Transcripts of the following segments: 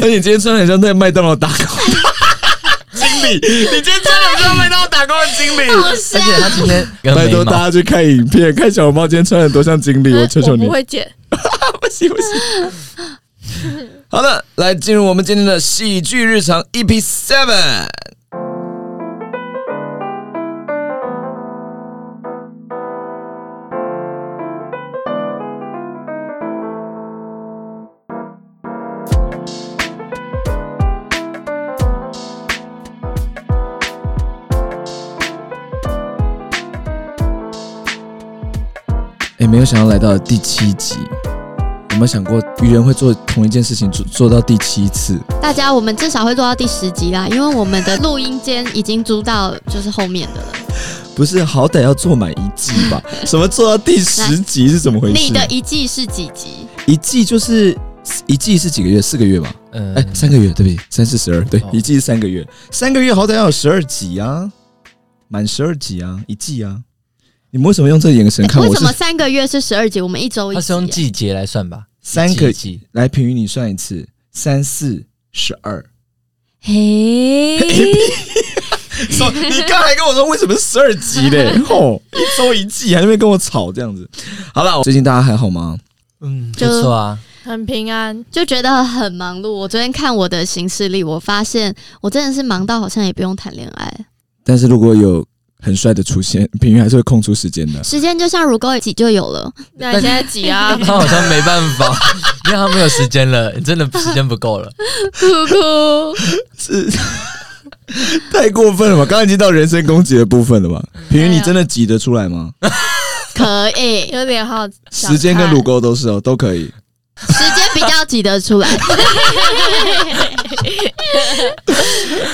而哎且今天穿的很像在麦当劳打工经理，你今天穿的很像麦当劳打工的经理。好而像且他今天跟拜眉托大毛，家去看影片，看小笼包今天穿的多像经理，我求求你哎不，会剪， 不行不行。好的，来进入我们今天的喜剧日常 EP Seven。哎，没有想到来到了第七集，有没有想过愚人会做同一件事情做做到第七次？大家我们至少会做到第十集啦，因为我们的录音间已经租到就是后面的了。不是，好歹要做满一季 吧？什么做到第十集是怎么回事？你的一季是几集？一季就是一季是几个月？四个月吧？嗯哎、三个月，对不对？三四十二，对，哦一季是三个月，三个月好歹要有十二集啊，满十二集啊，一季啊。你们为什么用这个眼神看哎为我？什是么三个月是十二集？我们一周一集、啊他是用季节来算吧？三个一季一季来平均你算一次，三四十 二。嘿，说你刚才跟我说为什么十二集嘞？ 吼，一周一季，还在那边跟我吵这样子。好了，最近大家还好吗？嗯，不就 错啊，很平安，就觉得很忙碌。我昨天看我的行事历，我发现我真的是忙到好像也不用谈恋爱，但是如果有很帅的出现， 平云还是会空出时间的。时间就像如钩一挤就有了。那你现在 几啊？他好像没办法， 因为他没有时间了，你真的时间不够了。哭哭，是太过分了吧？刚刚已经到人身攻击的部分了吧？嗯平云，你真的挤得出来吗？ 啊可以，有 点好，时间跟乳沟都是哦，都可以。时间比较挤得出来。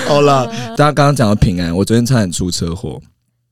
好啦，嗯大家刚刚讲到平安，我昨天差点出车祸。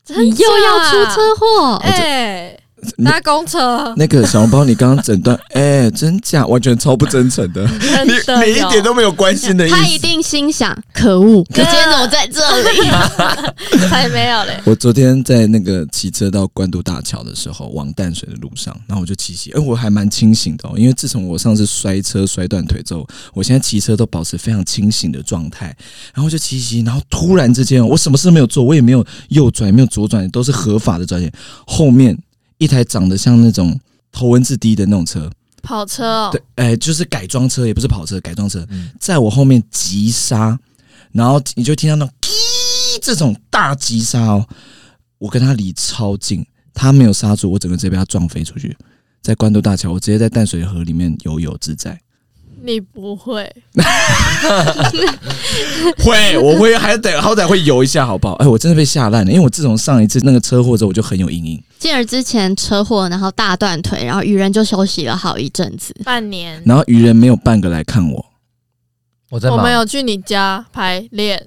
你又要出车祸，啊哎、你 搭公车，那个小笼包，你刚刚诊断，哎、真假完全超不真诚的，真你的你一有点都没有关心的意 他一思。定心想：可恶，我今对啊天怎么在这里？ 才没有嘞，我昨天在那个骑车到关渡大桥的时候，往淡水的路上，然后我就骑骑，哎、我还蛮清醒的、哦，因为自从我上次摔车摔断腿之后，我现在骑车都保持非常清醒的状态。然后我就骑骑，然后突然之间哦，我什么事都没有做，我也没有右转，也没有左转，都是合法的转线。后面一台长得像那种头文字 D 的那种车，跑车哦对，，哎、就是改装车，也不是跑车，改装车，嗯在我后面急刹，然后你就听到那种“叽”这种大急刹哦。我跟他离超近，他没有刹住，我整个直接被他撞飞出去，在关渡大桥，我直接在淡水河里面游泳自在。你不会，会，哎我会，还得好歹会游一下，好不好？哎、我真的被吓烂了，因为我自从上一次那个车祸之后，我就很有阴影。进而之前车祸，然后大断腿，然后愚人就休息了好一阵子。半年，然后愚人没有半个来看我，我在我忙们，有去你家排练，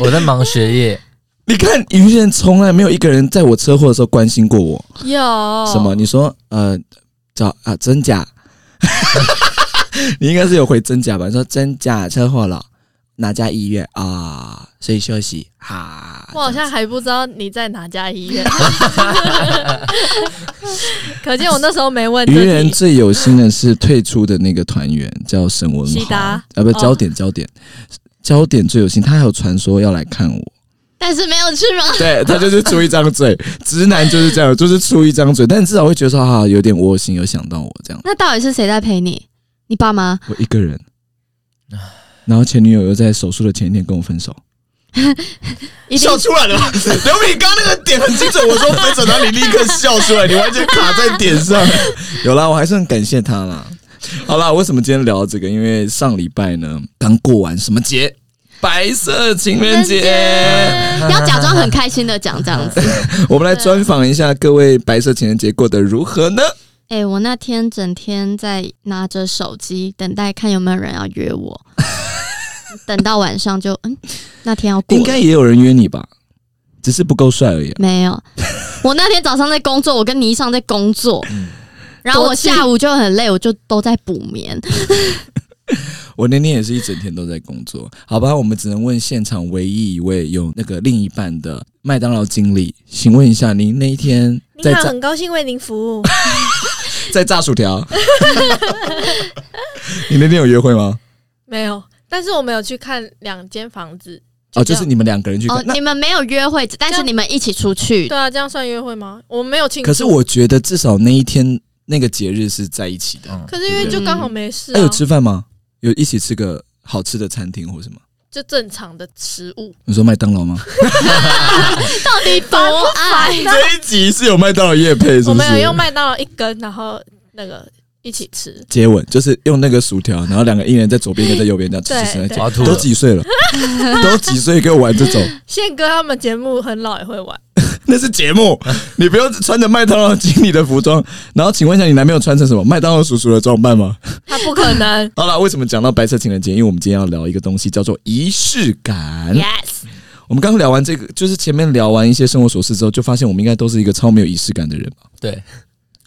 我在忙学业，你看愚人从来没有一个人在我车祸的时候关心过我。有哦什么？？你说呃，找啊真假？ 你应该是有回真假吧？你说真假车祸了，哪家医院啊？所以休息哈。我好像还不知道你在哪家医 院， 可见我那时候没问愚人这题。最有心的是退出的那个团员叫沈文西豪，达啊不哦焦点焦点焦点最有心，他还有传说要来看 我，但是没有去吗？对他就是出一张嘴，直男就是这样，就是出一张嘴，但你至少会觉得说哈、有点窝心，有想到我这样。 那到底是谁在陪你？你爸妈？我一个人，然后前女友又在手术的前一天跟我分手。一定笑出来了 吧？刘敏刚刚那个点很精准，我说分手，然后你立刻笑出来，你完全卡在点上。 有啦，我还是很感谢他啦。好啦，为什么今天聊到这个？因为上礼拜呢，刚过完什么节？白色情人节，要假装很开心的讲这样 子。我们来专访一下各位白色情人节过得如何呢？哎、我那天整天在拿着手机等待看有没有人要约我， 等到晚上就嗯，那天要过应了该也有人约你吧，只是不够帅而已啊、没有。我那天早上在工作，我跟倪尚在工作，然后我下午就很累，我就都在补眠。我那天也是一整天都在工作，好吧，我们只能问现场唯一一位有那个另一半的麦当劳经理，请问一下，您那一天在你好，家很高兴为您服务。在炸薯条。 你那天有约会吗？没有，但是我们有去看两间房子。哦，这就样是你们两个人去看。哦，那你们没有约会，但这是样你们一起出去对，啊，这样算约会吗？我没有庆祝，可是，我觉得至少那一天那个节日是在一起的。嗯可是因为对就刚好没事、那、啊，有吃饭吗？有一起吃个好吃的餐厅或什么？就正常的食物。你说麦当劳吗？ 啊到底多爱？这一集是有麦当劳夜配，是不是？我们有用麦当劳一根，然后那个一起吃。接吻，就是用那个薯条，然后两个一人在左边，一个在右边，这样吃吃吃 对吃我要 吐都了。几岁了？都几岁给我玩这种？宪哥他们节目很老也会玩， 那是节 目，你不要穿着麦当劳经理的服装。然后，请问一下，你男朋友穿成什么？麦当劳叔叔的装扮吗？他不可能好了，为什么讲到白色情人节？因为我们今天要聊一个东西，叫做仪式感。 Yes，我们刚聊完这个，就是前面聊完一些生活琐事之后，就发现我们应该都是一个超没有仪式感的人吧。对，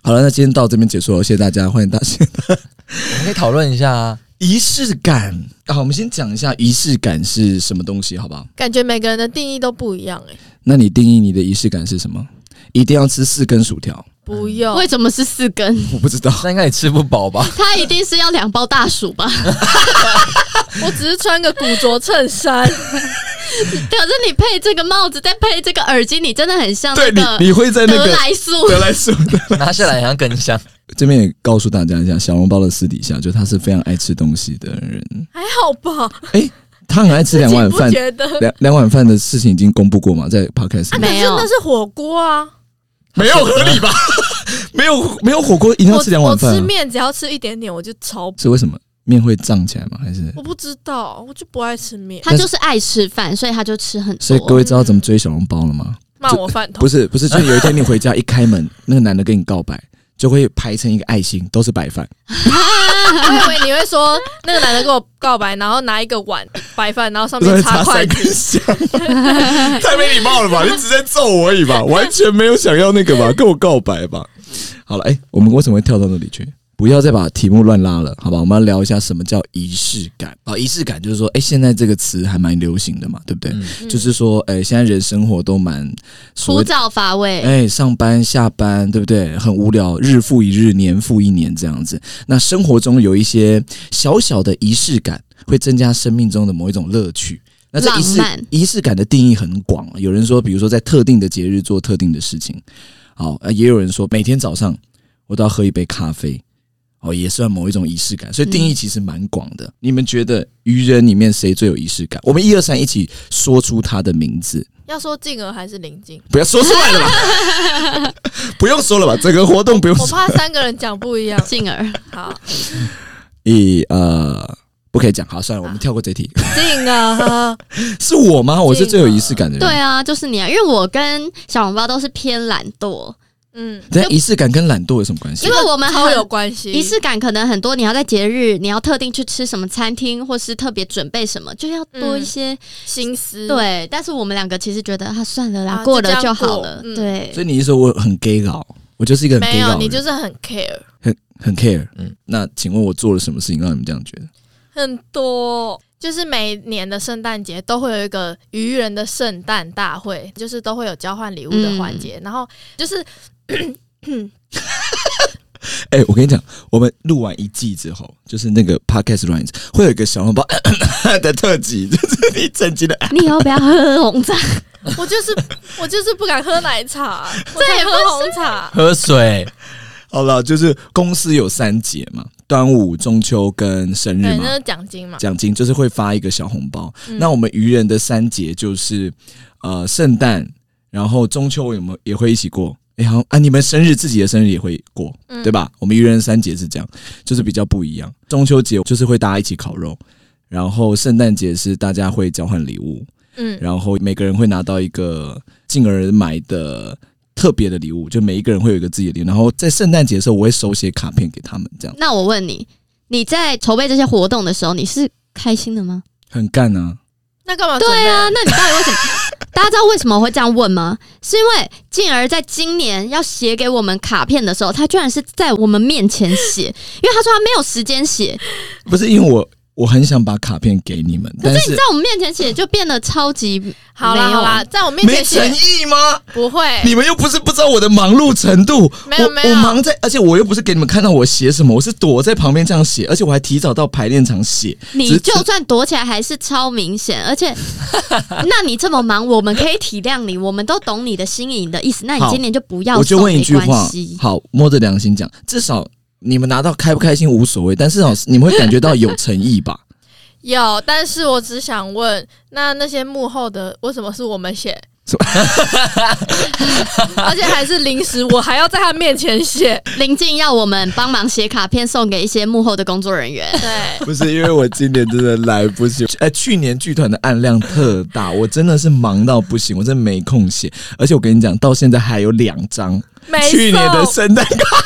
好了，那今天到这边结束了，谢谢大家，欢迎大家。我们可以讨论一下啊。 仪式感，好，我们先讲一下仪式感是什么东西，好不好？ 感觉每个人的定义都不一样哎、那你定义你的仪式感是什么？一定要吃四根薯条？不用为什么是四 根？我不知道，那应该也吃不饱吧？ 他一定是要两包大薯吧？我只是穿个古着衬衫，可是你配这个帽子，再配这个耳机，你真的很像那对个你，你会在那德个莱素。德莱素的拿下来好像更香。 这边也告诉大家一下，小笼包的私底下，就他是非常爱吃东西的人， 还好吧？他很爱吃两碗自饭己不，觉得？两两碗饭的事情已经公布过嘛，在 podcast 里啊，可面没是有那是火锅啊， 没有合理吧？没有没有火锅一定要我吃两碗饭、我吃啊，面只要吃一点点我就超，是为什么？面会胀起来吗？还是？我不知道，我就不爱吃面，他就是爱吃饭，所以他就吃很所以各多。位知道怎么追小笼包了吗？骂我饭桶不。是不是，就是有一天你回家一开门，那个男的跟你告白，就会排成一个爱心，都是白饭。我以为你会说那个男的跟我告白，然后拿一个碗白饭，然后上面插筷子，香， 太没礼貌了吧？ 你只在揍我而已吧，完全没有想要那个吧，跟我告白吧。好了，哎、我们为什么会跳到那里去？不要再把题目乱拉了，好吧？我们要聊一下什么叫仪式感啊、仪式感就是说，哎、现在这个词还蛮流行的嘛，对不对？嗯就是说，哎、现在人生活都蛮所枯谓的燥乏味，哎、上班下班，对不对？很无聊，日复一日，年复一年这样子。那生活中有一些小小的仪式感，会增加生命中的某一种乐趣。那这仪式浪漫仪式感的定义很广，有人说，比如说在特定的节日做特定的事情，好，呃也有人说每天早上我都要喝一杯咖啡，哦，也算某一种仪式感。所以定义其实蛮广的。你们觉得愚人里面谁最有仪式感？我们一二三一起说出他的名字。要说静儿还是林静，不要说出来了吧，不用说了吧，整个活动不用我说。怕三个人讲不一样。进而好，一呃，不可以讲，好，算了，我们跳过这题。 静儿，是我吗？我是最有仪式感的人。对，啊，就是你啊，因为我跟小笼包都是偏懒惰，嗯，等一下仪式感跟懒惰有什么关系因？为我们超很有关系。仪式感可能很多，你要在节日，你要特定去吃什么餐厅，或是特别准备什么，就要多一些、心思，，对。但是我们两个其实觉得啊，算了啦，啊过就这了样就好过了。嗯对所，以你是说我很 gay 佬，我就是一个很没 gay 佬有的人，你就是很 care 很很 care。嗯嗯，那请问我做了什么事情让你们这样觉得？很多。就是每年的圣诞节都会有一个愚人的圣诞大会，就是都会有交换礼物的环嗯节，然后就是哎、我跟你讲，我们录完一季之后，就是那个 podcast 软会有一个小笼包 的特辑，就是你整集的你以后不要喝红茶，我就是我就是不敢喝 奶茶，我才喝红 茶。喝水，好了，就是公司有三节嘛，端午、中秋跟生日对，嘛那，是奖金嘛。奖金就是会发一个小红包。嗯那我们愚人的三节就是呃圣诞，然后中秋有没有也会一起过？哎、好像啊，你们生日自己的生日也会过，嗯对吧？我们愚人三节是这样，就是比较不一样。中秋节就是会大家一起烤肉，然后圣诞节是大家会交换礼物，嗯，然后每个人会拿到一个进而买的。特别的礼物，就每一个人会有一个自己的礼物，然后在圣诞节的时候，我会手写卡片给他们，这样那我问你，你在筹备这些活动的时候，你是开心的吗？很干啊。那干嘛？对啊，，那你到底为 什么？大家知道为什么我会这样问吗？是因为静儿在今年要写给我们卡片的 时候，她居然是在我们面前写，因为她说她没有时间写，不是因为我我很想把卡片给你们，但可是是你在我们面前写就变得超级好啦没有好啦，在我面没前诚写意吗？不会，你们又不是不知道我的忙碌程度，没有我没有我忙在，而且我又不是给你们看到我写什么，我是躲在旁边这样写，而且我还提早到排练场写。你只就算躲起来还是超明显，而 且，那你这么忙，我们可以体谅你，我们都懂你的心意、你的意思。那你好今年就不要我就送问一没句话关系，好，摸着良心讲，至少你们拿到开不开心无所谓，但至少你们会感觉到有诚意吧？有，但是我只想问，那那些幕后的为什么是我们写什？ 而且还是临时，我还要在他面前写。林静要我们帮忙写卡片送给一些幕后的工作 人员。对，不是，因为我今年真的来不 及。呃，去年剧团的案量特大，我真的是忙到不行，我真的没空写。而且我跟你讲，到现在还有两张没去年的送圣诞卡，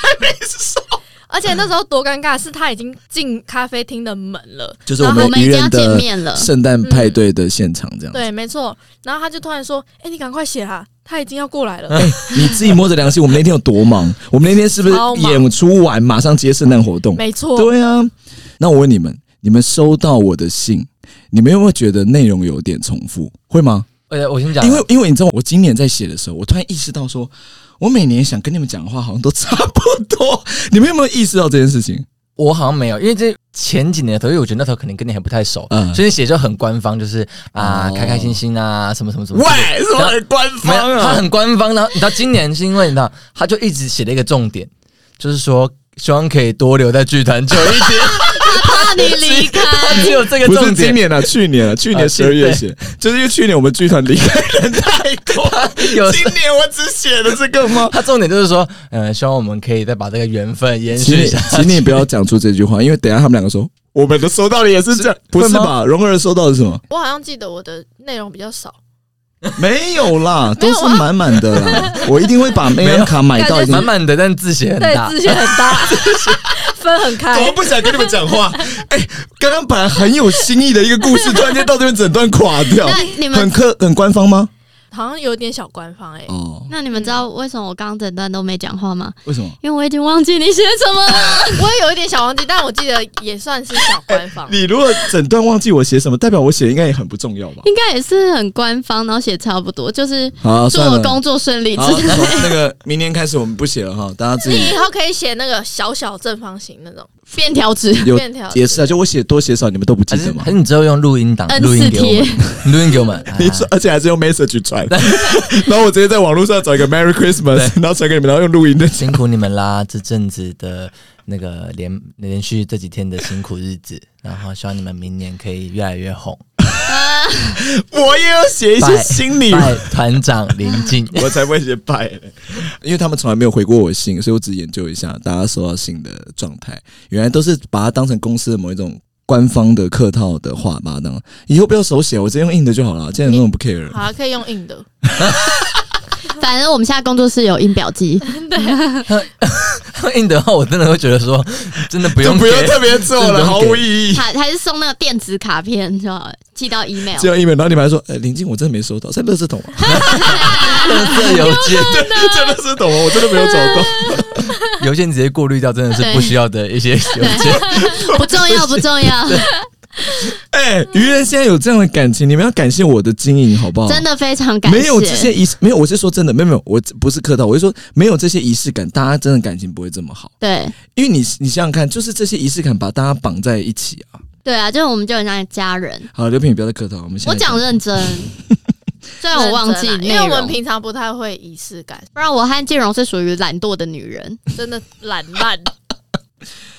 而且那时候多尴尬，是他已经进咖啡厅的门了。 就是然后我们们已愚经要人见的面了，圣诞派对的现场这样。对，没错。然后他就突然说：“哎、你赶快写啦，他已经要过来了。哎，你自己摸着良心，我们那天有多忙？我们那天是不是超忙演出完马上接圣诞活动？没错，对啊，那我问你们，你们收到我的信，你们有没有觉得内容有点重复？会吗？哎我我先讲，啊因为因为你知道，我今年在写的时候，我突然意识到说，我每年想跟你们讲的话好像都差不多。 你们有没有意识到这件事情？我好像没有，因为这前几年的头，因为我觉得那时候可能跟你还不太熟，嗯所以你写就很官方，就是啊、哦开开心心啊，什么什么什喂么之类的。，什么很官没有方，他啊？很官方。然后你到今年是因为你知道，他就一直写了一个重点，就是说希望可以多留在剧团久一点。 怕啊你离 开。他只有这个不重是今 点，年啊，去年啊，去年啊十二月对写，就是因为去年我们剧团离 开人太多，有今年我只写了这个吗？他重点就是说，嗯，希望我们可以再把这个缘分延请续你一下。请你不要讲出这句话，因为等一下他们两个说我们的收到的也是这样，不是 会吗吧？蓉儿收到的是什 么？我好像记得我的内容比较少，没有 啦，没都有是啊满满的啦。我一定会把 A 有 M 卡买到已经满满的，但字写很对，大。字写很 大，分很开怎。么不想跟你们讲话？ 哎、刚刚本来很有新意的一个故事，突然间到这边整段垮掉那，你很们，客很官方吗？好像有点小官方哎、哦，那你们知道为什么我刚刚整段都没讲话吗？为什么？因为我已经忘记你写什么 了。我也有一点小忘记，但我记得也算是小官 方。你如果整段忘记我写什么，代表我写应该也很不重要吧？应该也是很官方，然后写差不多，就是好，祝算我了。工作顺利之好，类的。从那个明年开始我们不写了哈，大家自你己 以后可以写那个小小正方形那种，便条 纸有便条也是啊，就我写多写少，你们都不记还是得吗 还？是你之后用录音档 N 录四音给我贴们，你录音给我们。哎你说，而且还是用 message 传，然后我直接在网络上找一个 Merry Christmas，然后传给你们，然后用录音的。辛苦你们啦！这阵子的那个连连续这几天的辛苦日子，然后希望你们明年可以越来越红。我也有写一些拜心里拜团长林静，我才不会写拜嘞，因为他们从来没有回过我信，所以我只研究一下大家收到信的状态，原来都是把它当成公司的某一种官方的客套的话，把它当以后不要手写，我直接用印的就好了，这样那种不 care。好、啊，可以用硬的。反正我们现在工作室有印表机，硬的话我真的会觉得说，真的不就 用不用给特别做真的了，不毫用给无意义。还还是送那个电子卡片就好了，寄到 email。这样一秒，然后你们还说：“呃、林静，我 真的没收到，在垃圾桶、啊，垃圾 邮件，在垃圾桶、啊，我真的没有找到。邮件直接过滤掉，真的是不需要的一些邮件。不重要，不重 要， 哎，愚人现在有这样的感情，你们要感谢我的经营，好不好？真的非常感谢。没有这些仪式，没有，我是说真的，没有没有，我不是客套，我是说没有这些仪式感，大家真的感情不会这么好。对因为你你想想看，就是这些仪式感把大家绑在一起啊。对啊，就是我们就很像家人。好，刘品，你不要再客套了，我们现我在讲 认真，虽然我忘记认真内啊因为我们容，平常不太会仪式感，不然我和静荣是属于懒惰的女人。哦真的懒 烂，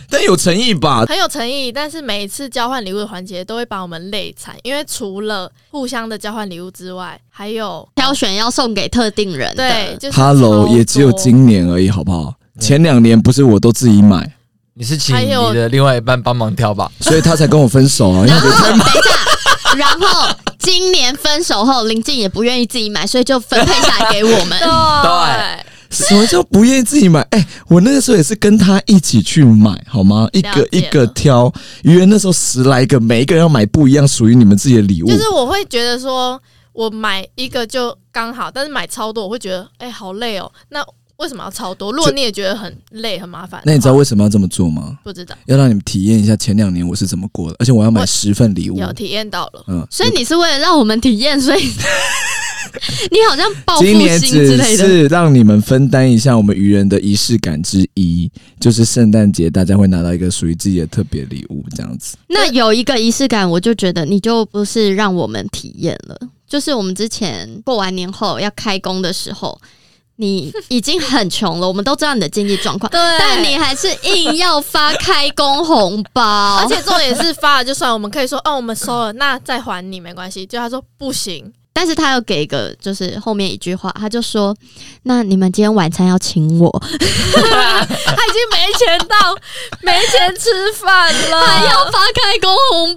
但有诚意 吧？很有诚意。但是每一次交换礼物的环节都会把我们累惨，因为除了互相的交换礼物之外，还有挑选要送给特定人的，对，就是 Hello，超也只有多今年而已，好不好？前两年不是我都自己买，你是请还你有的另外一半帮忙挑吧？所以他才跟我分手 啊。因为然后等一下， 然后今年分手后，林静也不愿意自己买，所以就分配下来给我们。对，什么叫不愿意自己买？哎、我那个时候也是跟他一起去买，好吗？一了个解一个了挑，因为那时候十来个，每一个人要买不一样，属于你们自己的礼物。就是我会觉得说，我买一个就刚好，但是买超多，我会觉得哎、好累哦。那为什么要超多？如果你也觉得很累很麻烦的话，那啊你知道为什么要这么做吗？不知道？要让你们体验一下前两年我是怎么过的，而且我要买我十份礼物。有体验到了，嗯，所以你是为了让我们体 验，所以你好像报复今年心之只类的。是让你们分担一下我们愚人的仪式感之一，就是圣诞节大家会拿到一个属于自己的特别礼物，这样子。那有一个仪式感，我就觉得你就不是让我们体验了，就是我们之前过完年后要开工的时候，你已经很穷了，我们都知道你的经济状况， 对但你还是硬要发开工红 包，而且重点是发了就算，我们可以说，哦，我们收了，那再还你没关系。就他说不行， 但是他又给一个就是后面一句话，他就说：“那你们今天晚餐要请我，他已经没钱到没钱吃饭了，还要发开工红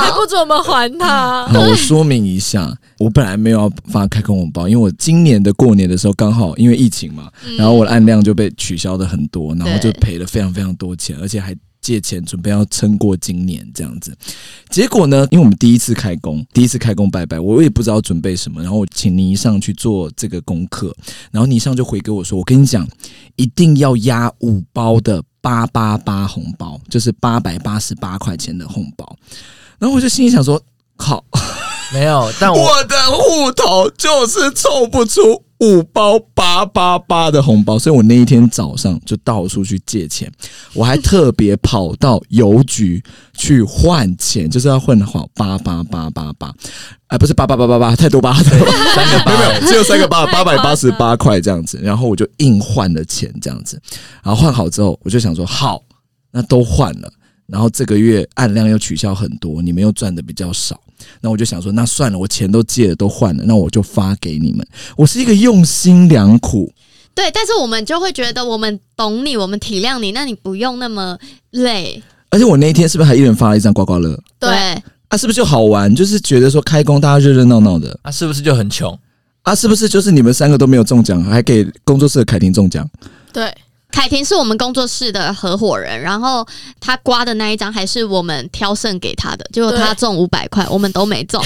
还包。不准我们还他。好，我说明一下，我本来没有要发开工红包，因为我今年的过年的时候刚好因为疫情嘛，然后我的案量就被取消的很多，然后就对赔了非常非常多钱，而且还。借钱准备要撑过今年这样子，结果呢？因为我们第一次开工，第一次开工拜拜，我也不知道准备什么，然后我请倪尚去做这个功课，然后倪尚就回给我说：“我跟你讲，一定要压五包的八八八红包，就是八百八十八块钱的红包。”然后我就心里想说：“靠，没有，但我我的户头就是凑不出五包八八八的红包，所以我那一天早上就到处去借钱，我还特别跑到邮局去换钱，就是要换好八八八八八，哎，不是八八八八八，太多八的。三 个 八，只有三个八八百八十八块这样子，然后我就硬换了钱这样子，然后换好之后，我就想说好，那都换了，然后这个月按量又取消很多，你们又赚的比较少，那我就想说那算了，我钱都借了都换了，那我就发给你们，我是一个用心良苦，” 对，但是我们就会觉得我们懂你，我们体谅你，那你不用那么累。而且我那一天是不是还一人发了一张刮刮乐对，对，啊？是不是就好玩？就是觉得说开工大家热热闹闹的啊，是不是就很穷？啊？是不是就是你们三个都没有中奖，还给工作室的凯婷中奖？对，凯婷是我们工作室的合伙人，然后他刮的那一张还是我们挑剩给他的，结果他对中五百块，我们都没中。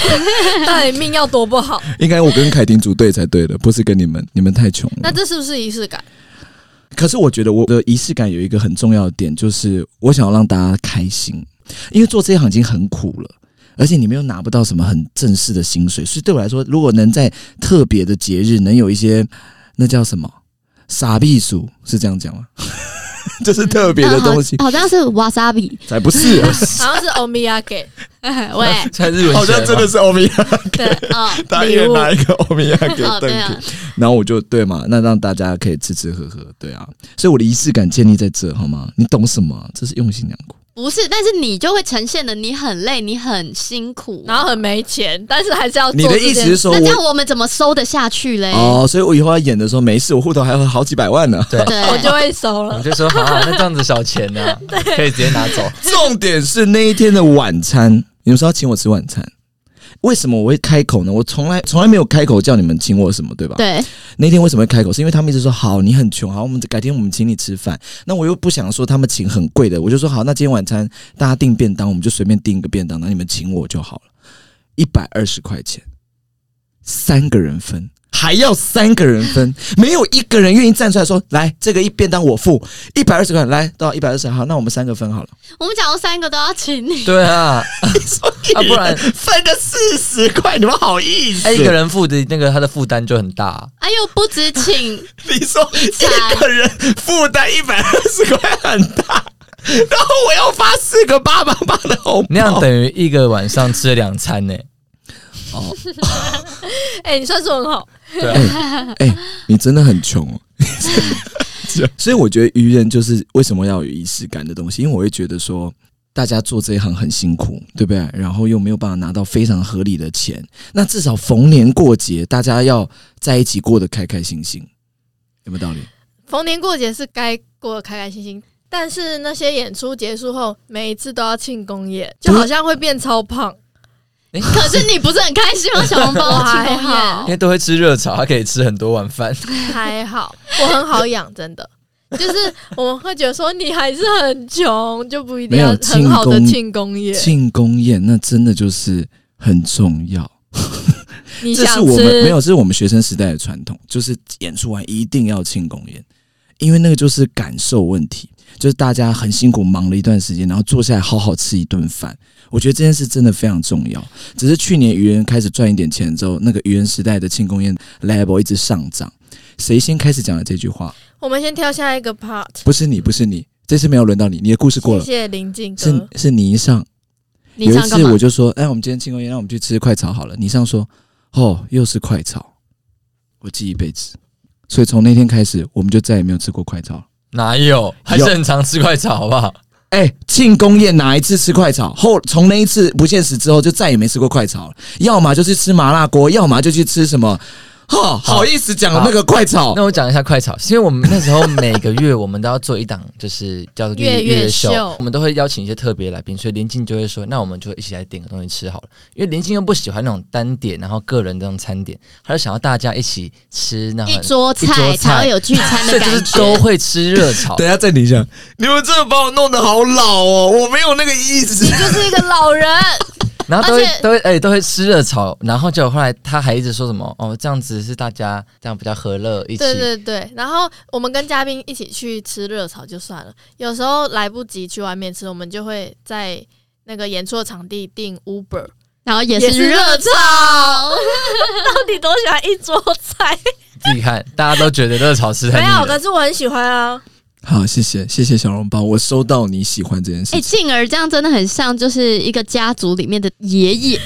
到底命要多不好？应该我跟凯婷组队才对的，不是跟你们，你们太穷了。那这是不是仪式感？可是我觉得我的仪式感有一个很重要的点，就是我想要让大家开心，因为做这一行已经很苦了。而且你们又拿不到什么很正式的薪水，所以对我来说，如果能在特别的节日能有一些那叫什么傻避暑，是这样讲 吗？就是特别的东西， 好好像是 wasabi，才不是，啊好像是欧米亚给， 喂，在日 文好像真的是欧米亚，对，哦， 大家一礼人物，拿一个欧米亚 给哦，邓对啊肯，，然后我就对嘛，那让大家可以吃吃喝喝，对啊，所以我的仪式感建立在这，好吗？你懂什么啊？这是用心良苦。不是，但是你就会呈现的你很累，你很辛苦，然后很没钱，但是还是要做你的这件意思是说呃那这样我我们怎么收得下去嘞？哦，所以我以后要演的时候没事，我户头还有好几百万 呢。对。对，哎我就会收我 了。就说好、啊，那这样子小钱呢、可以直接拿走。重点是那一天的晚餐，你们说要请我吃晚餐，为什么我会开口呢？我从来从来没有开口叫你们请我什么，对吧？对，那天为什么会开口？是因为他们一直说好，你很穷，好，我们改天我们请你吃饭。那我又不想说他们请很贵的，我就说好，那今天晚餐大家订便当，我们就随便订一个便当，那你们请我就好了，一百二十块钱，三个人分。还要三个人分，没有一个人愿意站出来说：“来，这个一便当我付一百二十块，来到一百二十，好，那我们三个分好了。我们讲到三个都要请你，对啊，啊不然分个四十块，你们好意思哎一个人付的那个他的负担就很大、哎呦，不止 请，你说餐一个人负担一百二十块很大，然后我要发四个八八八的红包，那样等于一个晚上吃了两餐呢、哦，哎、你算数很好，对、啊，哎、哎，你真的很穷 哦。所以我觉得愚人就是为什么要有仪式感的东西，因为我会觉得说，大家做这一行很辛苦，对不对？然后又没有办法拿到非常合理的钱，那至少逢年过节大家要在一起过得开开心心，有没有道理？逢年过节是该过得开开心心。但是那些演出结束后，每一次都要庆功宴，就好像会变超胖。可是你不是很开心吗？小红包我请还我好好因，为都会吃热炒，他可以吃很多碗 饭。还好， 我很好养，真的。就是我们会觉得说你还是很穷，就不一定要没有庆很好的功庆功宴。庆功宴那真的就是很重要。你这想是我们吃没有，这是我们学生时代的传统，就是演出完一定要庆功宴，因为那个就是感受问题，就是大家很辛苦忙了一段时间，然后坐下来好好吃一顿饭。我觉得这件事真的非常重要。只是去年愚人开始赚一点钱之后，那个愚人时代的庆功宴 level 一直上涨。谁先开始讲了这句话？我们先跳下一个 part。不是你，不是你，这次没有轮到你，你的故事过谢了，谢林静是哥，是你上。你有一想干次嘛我？就说，哎，我们今天庆功宴，让我们去吃快炒好了。你上说，哦，又是快炒，我记一辈子。所以从那天开始，我们就再也没有吃过快炒了。哪有？还是很常吃快炒，好不好？哎、庆功宴哪一次吃快炒？后从那一次不现实之后，就再也没吃过快炒了。要么就去吃麻辣锅，要么就去吃什么。哦，好意思讲好那个快炒那我讲一下快炒，是因为我们那时候每个月我们都要做一档，就是叫做月月月秀，秀我们都会邀请一些特别来宾，所以林静就会说，那我们就一起来点个东西吃好了，因为林静又不喜欢那种单点，然后个人的那种餐点，他就想要大家一起吃那一种，桌一桌菜菜才会有聚餐 的所以就感是都觉。会吃热 炒。等一下暂停一下，你们真的把我弄得好老哦，我没有那个意思。就是一个老人， 然后都会而且都会哎、都会吃热炒，然后就后来他还一直说什么哦这样子是大家这样比较和乐一起，对对对。然后我们跟嘉宾一起去吃热炒就算了，有时候来不及去外面吃，我们就会在那个演出的场地订 Uber，然后也也是是热 热炒，到底多喜欢一桌菜？自己看大家都觉得热炒吃太 没腻有，了可，是我很喜欢啊。好，谢谢谢谢小笼包，我收到你喜欢这件事哎，情。进而这样真的很像就是一个家族里面的爷爷，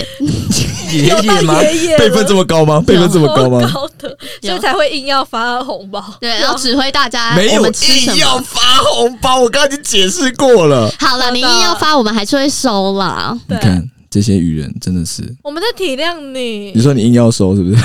爷爷吗？爷辈分这么高吗？辈分这么高吗？高的，所以才会硬要发红包。 对，然后指挥大家没啊我有们吃什硬要么。发红包，我刚刚已经解释过了。好了，你硬要发，我们还是会收啦。你对，看这些愚人真的是，我们在体谅你你。说你硬要收是不是？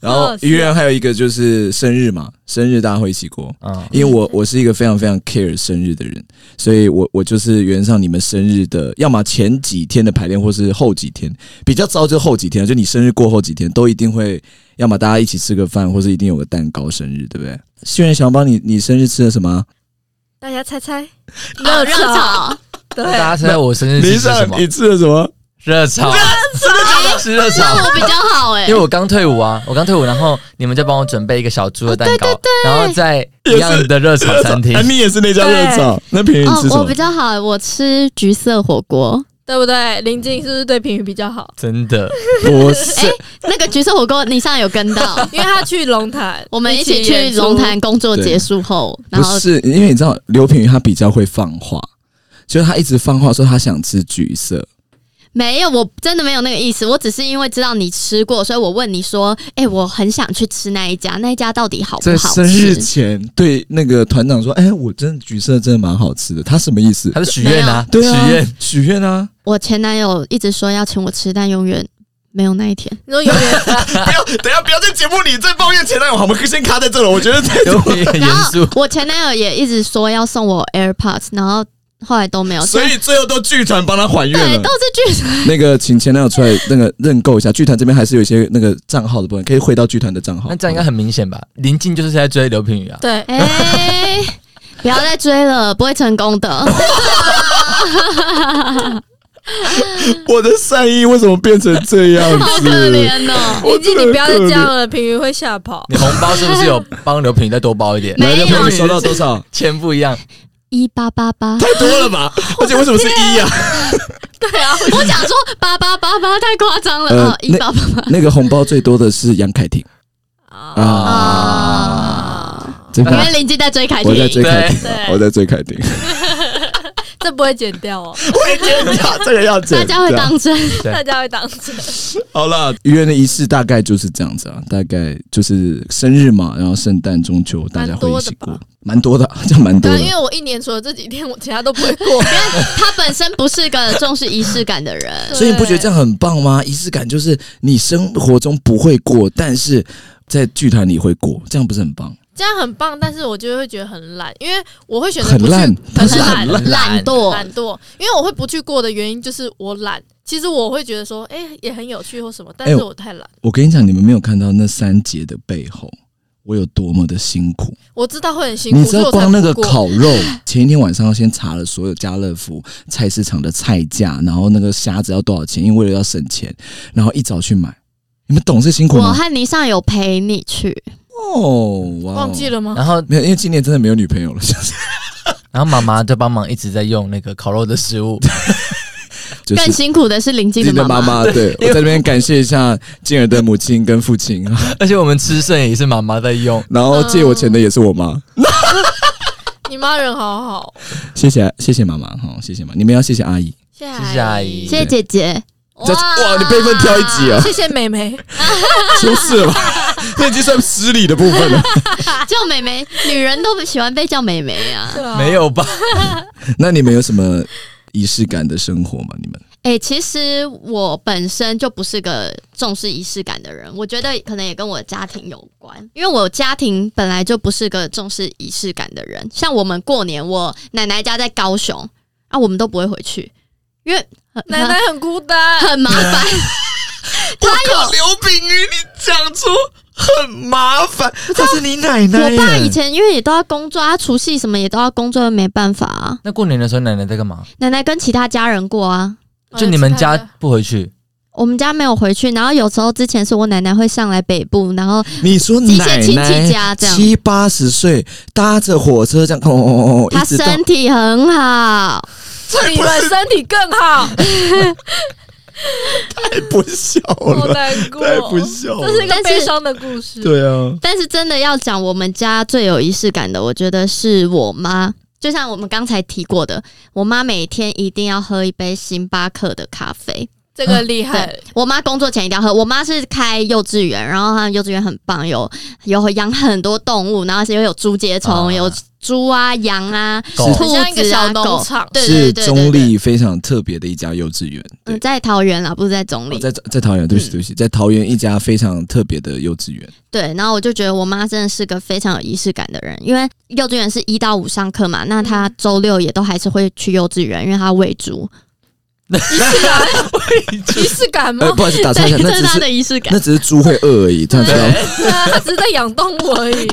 然后哦是啊愚人还有一个就是生日嘛，生日大家会一起过。嗯，因为我我是一个非常非常 care 生日的人，所以我我就是原上你们生日的，要么前几天的排练，或是后几天，比较糟就后几天，就你生日过后几天都一定会，要么大家一起吃个饭，或是一定有个蛋糕生日，对不对？轩然小帮你你生日吃了什么啊？大家猜猜，哦热啊热炒，对啊那，大家猜猜我生日是吃什么你？吃了什么？热炒，吃热炒。我比较好哎因为。我刚退伍啊，我刚退伍，然后你们就帮我准备一个小猪的蛋糕，然后在一样的热炒餐厅啊，，你也是那家热炒，那平时你哦吃什，我么比？较好欸，我吃橘色火锅。 对不对？林静是不是对评语比较好？？真的不 哎是，那个橘色火锅，你上有跟到，因为他去龙潭 我们一起演去出龙。潭工作结束后，然不后是，因为你知道刘品瑜他比较会放话，就是他一直放话说他想吃橘色，没有，我真的没有那个意思，我只是因为知道你吃过，所以我问你说，哎、我很想去吃那一家，那一家到底好在不好生日吃？前对那个团长说：“哎、我真的橘色真的蛮好吃的。”他什么意思？他是许愿啊，对啊，许愿，许愿啊！我前男友一直说要请我吃，但永远没有那 一天。你说永远，不要，等一下不要在节目里再抱怨前男友，我们先卡在这了。我觉得 这有点很然严后 肃，我前男友也一直说要送我 AirPods，然后后来都没有。以最后都剧团帮他还对，都是剧团。啊那个请前男友出来那个认购一下，剧团这边还是有一些那个账号的部分，可以汇到剧团的账号。那这样应该很明显吧？林静就是在追刘品宇啊对，哎、不要再追了，不会成功的。我的善意为什么变成这样好可怜哦。我林静真的你不要再很这可样了，评语会吓 跑。你红包是不是有帮刘品宇再多包一点？没有刘品瑜收到多少？钱不一样，一八八八，太多了吧？而且为什么是一啊呀、对啊，我想说八八八八太夸张了，呃哦，一八八八那个红包最多的是杨凯婷啊，啊，真哦因的，为林静在追凯我在婷追，凯婷对，对我在追凯婷，这不会剪掉 哦，我也觉得这个要大剪家会掉当真。对大家会挡着。好了，愚人的仪式大概就是这样子啊，大概就是生日嘛，然后圣诞、中秋，大家会一起过，蛮多的，这样蛮多对啊，的因。为我一年除了这几天，我其他都不会过。啊他本身不是个重视仪式感的人，所以你不觉得这样很棒吗？仪式感就是你生活中不会过，但是在剧团里会过，这样不是很棒？这样很棒，但是我就会觉得很懒，因为我会选择很不去，烂但是懒，很懒惰。懒惰，因为我会不去过的原因就是我懒。其实我会觉得说，哎、也很有趣或什么，但哎是呦我太懒。我跟你讲，你们没有看到那三节的背后，我有多么的辛苦。我知道会很辛苦，你知所以道我才光那个不过烤肉，前一天晚上先查了所有家乐福菜市场的菜价，然后那个虾子要多少钱，因为为了要省钱，然后一早去买。你们懂是辛苦我吗？和你上有陪你去，哦，哇哦忘记了吗？然后没有，因为今年真的没有女朋友了，然后妈妈就帮忙一直在用那个烤肉的食物，就更是。辛苦的是林静自己的妈妈妈。妈，对我在这边感谢一下静儿的母亲跟父 亲，而且我们吃剩也是妈妈在用。然后借我钱的也是我嗯妈，你妈人好好，谢谢谢谢妈妈哈，谢谢妈，你们要谢谢阿姨，谢谢谢阿姨谢谢姐姐，这哇，你辈分挑一级啊，谢谢妹妹，出事 了吧？这已经算失礼的部分了。叫妹妹，女人都喜欢被叫妹妹啊。没有吧？那你们有什么仪式感的生活吗？你们哎、其实我本身就不是个重视仪式感的人，我觉得可能也跟我家庭有关，因为我家庭本来就不是个重视仪式感的人。像我们过年，我奶奶家在高雄啊，我们都不会回去，因为很奶奶很孤单， 很麻烦。嗯 靠，刘炳宇，你讲出很麻烦，她是你奶奶我爸耶以前因为也都要工作，他除夕什么也都要工作，没办法啊。那过年的时候，奶奶在干嘛？奶奶跟其他家人过啊，就你们家哦不回去，我们家没有回去。然后有时候之前是我奶奶会上来北部，然后你说寄一些奶亲戚奶家这样七八十岁搭着火车这样，哦哦哦，她一直到身体很好，祝你们身体更 好，太哎不孝好了，难过，太不孝这是一了。个悲伤的故事。嗯对啊，但是真的要讲我们家最有仪式感的，我觉得是我妈。就像我们刚才提过的，我妈每天一定要喝一杯星巴克的咖啡。这个厉害对，我妈工作前一定要喝。我妈是开幼稚园，然后她幼稚园很棒，有有养很多动物，然后又有猪节虫，啊有猪啊、羊啊、狗兔很像一个子啊、小狗农。场。对对是对中对对，立非常特别的一家幼稚园。对嗯，在桃园啦，不是在中哦立。嗯在在桃园，对不起对不起，在桃园一家非常特别的幼稚园。对，然后我就觉得我妈真的是个非常有仪式感的人，因为幼稚园是一到五上课嘛，那她嗯周六也都还是会去幼稚园，因为她喂猪，仪式感，仪式感吗呃，？不好意思，打岔嗯对，一下，这那是只她是的仪式感那。只是猪会饿而已，突然知道吗对啊，他只是在养动物而已。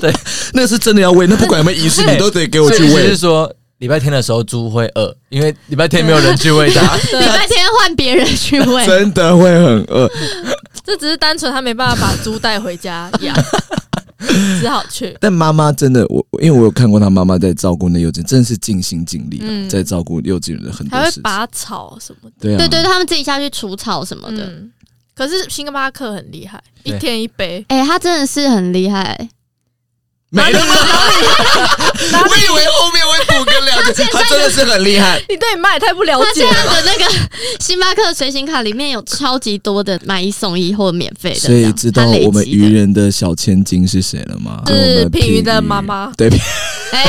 那是真的要喂，那不管有没有仪式，对你都得给我所以去意思喂是。说礼拜天的时候猪会饿，因为礼拜天没有人去喂 它。礼拜天换别人去喂，真的会很饿， 这只是单纯他没办法把猪带回家 养，只好去。但妈妈真的，我我因为我有看过她妈妈在照顾那幼稚园，真的是尽心尽力、啊，嗯在照顾幼稚园的很多还事会情。拔草什么对啊，对对，他们自己下去除草什么的。的。嗯，可是星巴克很厉害，对一天一杯。哎、她真的是很厉害，没那么 我以为后面会补个两句，她真的是很厉害。你对你妈也太不了她解啊现在了吧。的那个星巴克随行卡里面有超级多的买一送一或免费的这所样，以知道她累我们积的呃愚人的小千金是谁了吗？是跟我们品瑜的妈妈对， 哎，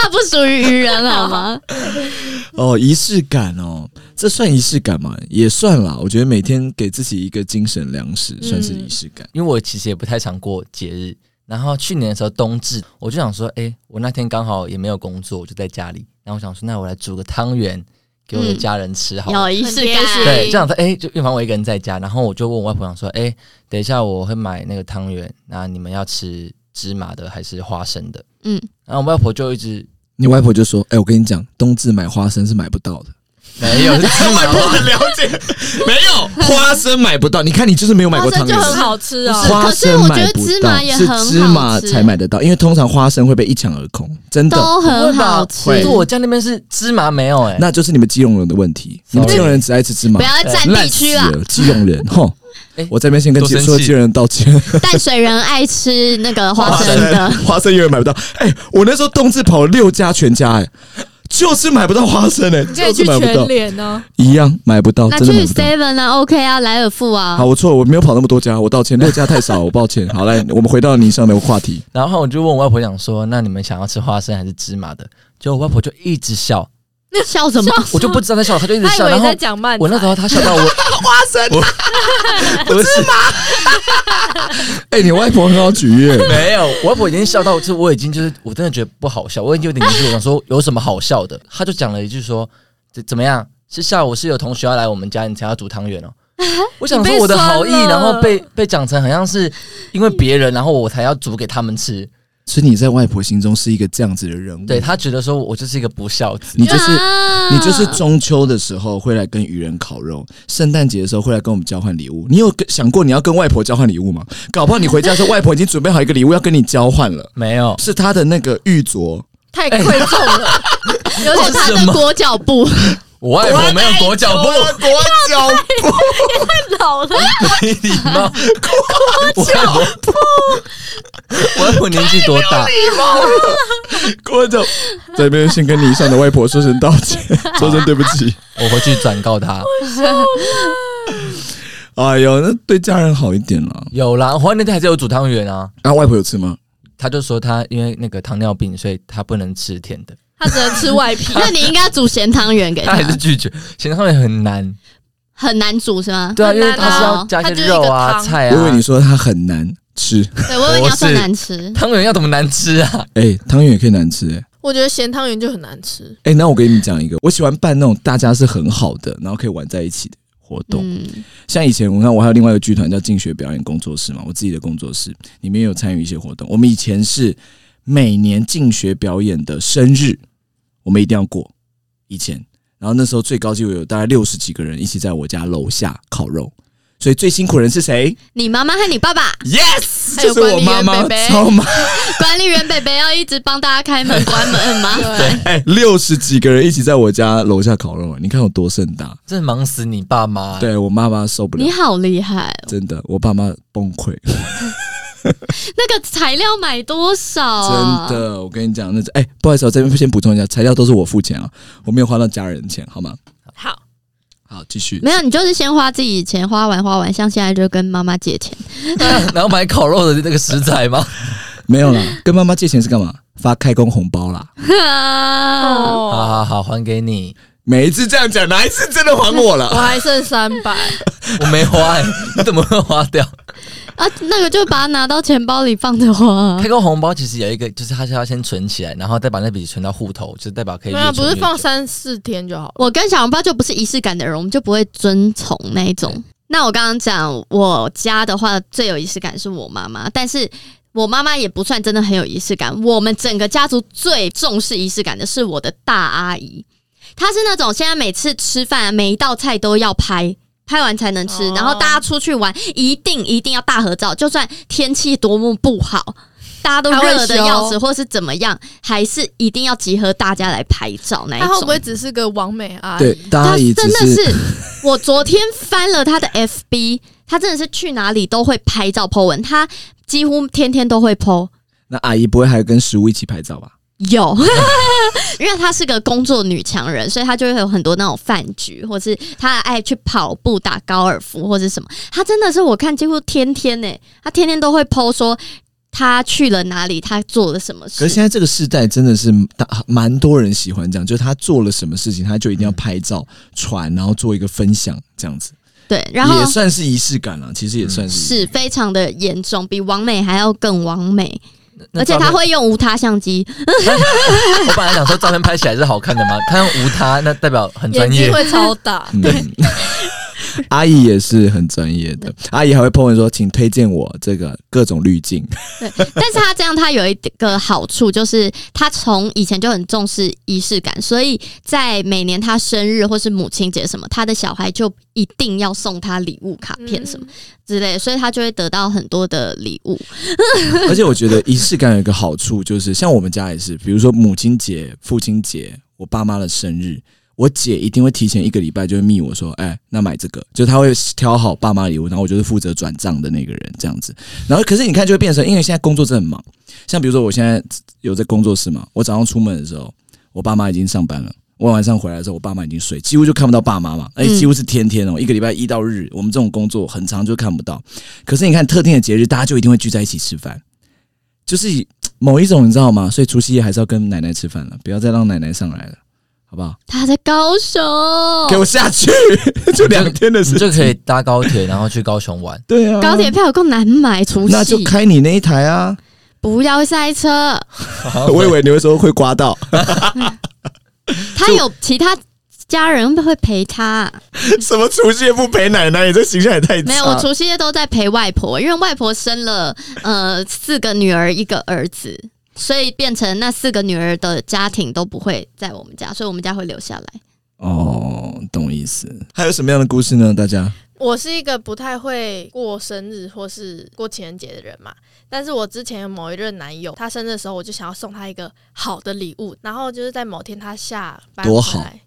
他不属于愚人好吗？哦，仪式感哦，这算仪式感吗？也算啦，我觉得每天给自己一个精神粮食，嗯算是仪式感。因为我其实也不太常过节日。然后去年的时候冬至，我就想说，哎、我那天刚好也没有工作，我就在家里。然后我想说，那我来煮个汤圆给我的家人吃好了。有仪式很贴感，心对，就想说，哎、就预防我一个人在家。然后我就问我外婆，想说，哎、等一下我会买那个汤圆，那你们要吃芝麻的还是花生的？嗯，然后我外婆就一直你外婆就说：“哎、我跟你讲，冬至买花生是买不 到的。没有是芝麻花很了解，没有花生买不到。你看，你就是没有买过花生汤就圆。很好吃啊，花生买哦可是我觉得不芝麻到，也是很好吃芝麻才买得到，因为通常花生会被一抢而空，真的。都很好吃。会可是我家那边是芝麻没有哎、那就是你们基隆人的问题，你们基隆人只爱吃芝麻不，要占地烂区死啦，了，基隆人吼哎。我这边先跟多基生气所有基隆人道歉，淡水人爱吃那个花生的， 花生永远买不到。哎，我那时候冬至跑了六家全家，哎，就是买不到花生，哎，你可就以是去买不全到，联哦呢。一样买不到，那哦真的买去不到。 Seven 啊，OK 啊，莱尔富好，啊，我错，了，我没有跑那么多家，我道歉，六家太少，我抱歉。好，来，我们回到你上的话题。然后我就问我外婆讲说，那你们想要吃花生还是芝麻的？结果我外婆就一直笑，笑什么？我就不知道她笑，她就一直他以笑。然为后在讲慢才。我那时候她笑到我花生，我不是 哎，你外婆很好举耶， 没有，我外婆已经笑到，就是我已经就是我真的觉得不好笑，我已经有点年纪，我想说有什么好笑的？她就讲了一句说，怎怎么样？是下午是有同学要来我们家，你才要煮汤圆哦。我想你说被我的好意，酸了然后被被讲成好像是因为别人，然后我才要煮给他们吃。所以你在外婆心中是一个这样子的人物，对啊他觉得说我就是一个不孝子，你就是啊你就是中秋的时候会来跟渔人烤肉，圣诞节的时候会来跟我们交换礼物。你有跟想过你要跟外婆交换礼物吗？搞不好你回家的时候，外婆已经准备好一个礼物要跟你交换了，没有。是她的那个玉镯。太哎贵重 了，而且他的裹脚布，我外婆没有裹脚布，裹脚布，老了，没礼貌。裹脚布，我外婆年纪多大？裹脚。在这边先跟你以上的外婆说声道歉，说声对不起。我回去转告她。哎呦，那对家人好一点啦。有啦，我那天还是有煮汤圆啊。啊，外婆有吃吗？她就说她因为那个糖尿病，所以她不能吃甜的。他只能吃 外 皮。那你应该煮咸汤圆给哎她他还，是拒绝，咸汤圆很难。很难煮是吗？对啊，很因难为它是要哦加它一些就是一个肉啊、汤菜我以为啊你。说它很难吃，对，我以为你要说不是难吃，汤圆要怎么难吃啊？哎、汤圆也可以难吃、哎。我觉得咸汤圆就很难吃，哎、那我给你们讲一个，我喜欢办那种大家是很好的，然后可以玩在一起的活动。嗯，像以前我看我还有另外一个剧团叫进学表演工作室嘛，我自己的工作室里面有参与一些活动。我们以前是每年进学表演的生日，我们一定要过。以前，然后那时候最高纪录有大概六十几个人一起在我家楼下烤肉。所以最辛苦的人是谁你妈妈和你爸爸？Yes，还就有是我妈妈管理员，伯伯超妈管理员北北要一直帮大家开门关门吗？对，哎，六十几个人一起在我家楼下烤肉，你看有多盛大。真的忙死你爸妈！，对我妈妈受不了嗯你，好厉害哦，真的，我爸妈崩溃，那个材料买多少啊？真的，我跟你讲，那哎、不好意思，我这边先补充一下，材料都是我付钱啊，我没有花到家人的钱，好吗？好，好，继续。没有，你就是先花自己钱，花完花完，像现在就跟妈妈借钱。 然后买烤肉的那个食材吗？没有啦，跟妈妈借钱是干嘛？发开工红包啦。嗯哦，好好好，还给你，每一次这样讲，哪一次真的还我我哦了？还剩三百，我没花、欸，你怎么会花掉？啊，那个就把它拿到钱包里放着花啊开。工红包其实有一个，就是它是要先存起来，然后再把那笔存到户头，就代表可以没啊越有，啊存不是越放久三四天就好了。我跟小笼包就不是仪式感的人，我们就不会遵从那一种。那我刚刚讲我家的话，最有仪式感是我妈妈，但是我妈妈也不算真的很有仪式感。我们整个家族最重视仪式感的是我的大阿姨，她是那种现在每次吃饭、啊、每一道菜都要拍。拍完才能吃，哦然后大家出去玩一定一定要大合照，就算天气多么不好，大家都她会热的要死，修或是怎么样，还是一定要集合大家来拍照那一他种。会不会只是个完美啊阿对姨？，大他阿姨真只的是是，我昨天翻了他的 FB，他真的是去哪里都会拍照 po 文，他几乎天天都会 po。那阿姨不会还跟食物一起拍照吧？有， 因为她是个工作女强人，所以她就会有很多那种饭局，或是她爱去跑步、打高尔夫或是什么。她真的是我看几乎天天呢、她天天都会 po 说她去了哪里，她做了什么可是事。现在这个时代真的是大蛮多人喜欢这样，就是他做了什么事情，他就一定嗯要拍照、传，然后做一个分享，这样子对，然后也算是仪式感了。其实也算是仪式是非常的严重，比王美还要更王美，那而且照片 她会用无他相机，我本来想说照片拍起来是好看的嘛，他用无他，那代表很专眼业睛。会 超大，嗯，阿姨也是很专业的，阿姨还会 po 文说，请推荐我这个各种滤镜。但是他这样，他有一个好处，就是他从以前就很重视仪式感，所以在每年他生日或是母亲节什么，他的小孩就一定要送他礼物、卡嗯片什么之类的，所以他就会得到很多的礼物。而且我觉得仪式感有一个好处，就是像我们家也是，比如说母亲节、父亲节、我爸妈的生日，我姐一定会提前一个礼拜就会密我说，哎、那买这个，就她会挑好爸妈礼物，然后我就是负责转账的那个人这样子。然后可是你看就会变成，因为现在工作真的很忙，像比如说我现在有在工作室嘛，我早上出门的时候，我爸妈已经上班了。我晚上回来的时候，我爸妈已经睡，几乎就看不到爸妈嘛，而且几乎是天天哦、一个礼拜一到日，我们这种工作很长就看不到。可哎是你哦看特定的节日，大家就一定会聚在一起吃饭，就是以某一种，你知道吗？所以除夕夜还是要跟奶奶吃饭了，不要再让奶奶上来了，好不好？他在高雄，哦给我下去， 就两天的你事就可情。以搭高铁，然后去高雄玩。对啊，高铁票有够难买，除那就夕开你那一台啊！不要塞车。我以为你会说会刮到，他有其他家人会陪他啊、 什么除夕夜不陪奶奶，你这形象也太差没有，我除夕夜都在陪外婆，因为外婆生了呃四个女儿一个儿子，所以变成那四个女儿的家庭都不会在我们家，所以我们家会留下来。哦，懂意思。还有什么样的故事呢？大家我是一个不太会过生日或是过情人节的人嘛，但是我之前有某一任男友，他生日的时候，我就想要送他一个好的礼物，然后就是在某天他下班多好回来，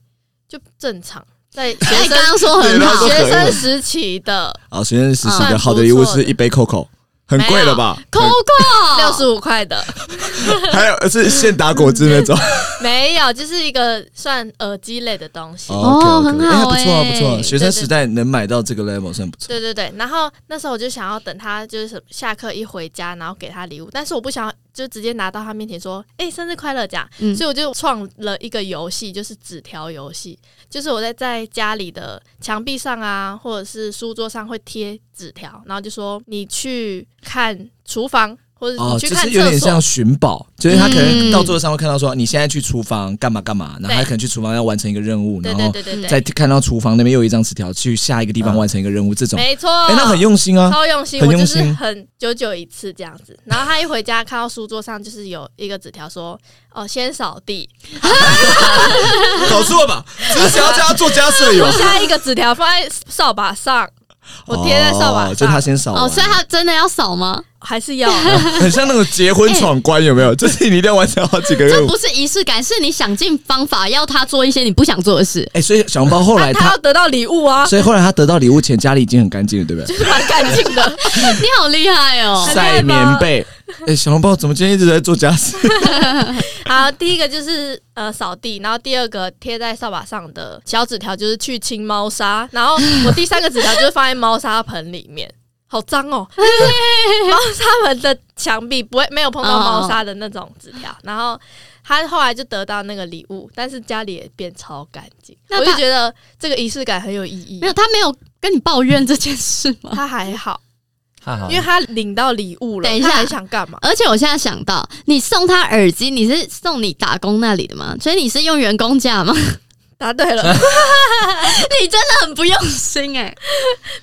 就正常，在学 哎，生刚刚说很好对，学生时期的哦啊，学生时期的嗯好的礼物是一杯 Coco，很贵了吧？扣六扣十五块的，哦还有是现打果汁 那种。没有，就是一个算耳机类的东西。哦 OK，OK 很好哎不错啊，欸不错啊。学生对对时代能买到这个 level 算不错。对对对，然后那时候我就想要等他就是什么下课一回家，然后给他礼物，但是我不想要就直接拿到他面前说“哎、生日快乐”这样，嗯所以我就创了一个游戏，就是纸条游戏，就是我在在家里的墙壁上啊，或者是书桌上会贴纸条，然后就说你去看厨房，或者哦，你就去看是有厕点所，像寻宝，就是他可能嗯到桌上会看到说，你现在去厨房干嘛干嘛，然后他可能去厨房要完成一个任务，对然对后对对对，再看到厨房那边又有一张纸条，去下一个地方嗯完成一个任务，这种，没错，哎，那很用心啊。超用心，很我用就是心很久久一次这样子。然后他一回家看到书桌上就是有一个纸条说：“哦，先扫地。搞错吧？只是想要叫他做家事的”有我下一个纸条放在扫把上， 我贴在扫把上，哦就他先扫完哦，所以他真的要扫吗？还是要 很像那种结婚闯关，有没有？就是你一定要完成好几个任这务。不是仪式感，是你想尽方法要他做一些你不想做的 事。 哎、所以小笼包后来他他要，得到礼物啊，所以后来他得到礼物前，家里已经很干净了，对不对？就是蛮干净的。 你好厉害哦！晒棉被。哎、小笼包怎么今天一直在做家事？好，第一个就是呃扫地，然后第二个贴在扫把上的小纸条就是去清猫砂，然后我第三个纸条就是放在猫砂盆里面。好脏哦！猫砂盆的墙壁不会没有碰到猫砂的那种纸条，然后他后来就得到那个礼物，但是家里也变超干净，那我他就觉得这个仪式感很有意义没。有，他没有跟你抱怨这件事吗？他还好，哈哈啊因为他领到礼物了，等一下他还想干嘛？而且我现在想到，你送他耳机，你是送你打工那里的吗？所以你是用员工价吗？答对 了，你真的很不用心哎、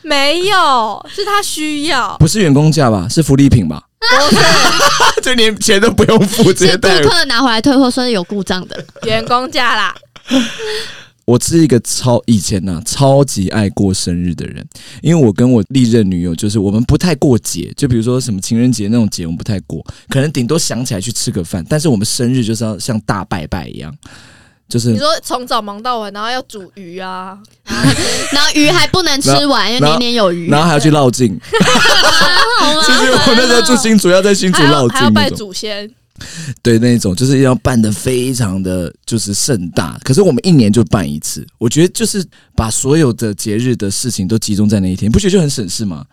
没有，是他需要。 不是员工价吧？是福利品 吧？ 就连钱都不用付，直是接顾带。客拿回来退货，说是有故 障的。员工价啦，我是一个超以前呐、超级爱过生日的人，因为我跟我历任女友就是我们不太过节，就比如说什么情人节那种节我们不太过，可能顶多想起来去吃个饭，但是我们生日就是要像大拜拜一样，就是你说从早忙到晚，然后要煮鱼啊，然后鱼还不能吃完，因为然后年年有余。然后还要去绕境， 好吗？就是我那时候住新竹，要在新竹还要绕还要境拜那种，祖先，对那一种就是要办的非常的就是盛大。可是我们一年就办一次，我觉得就是把所有的节日的事情都集中在那一天，不觉得就很省事吗？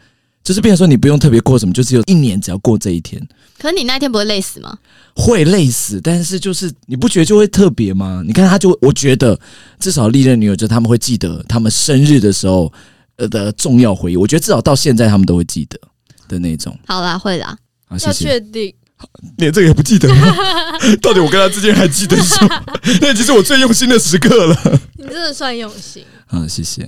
就是变成说你不用特别过什么，就只有一年只要过这一天，可是你那天不会累死吗？会累死，但是就是你不觉得就会特别吗？你看他就我觉得至少历任女友就他们会记得他们生日的时候呃的重要回忆，我觉得至少到现在他们都会记得的那种。好啦，会啦。好，啊谢要谢。确定。连这个也不记得 吗？到底我跟他之间还记得什么？那已经是我最用心的时刻了。你真的算用心，啊，谢谢。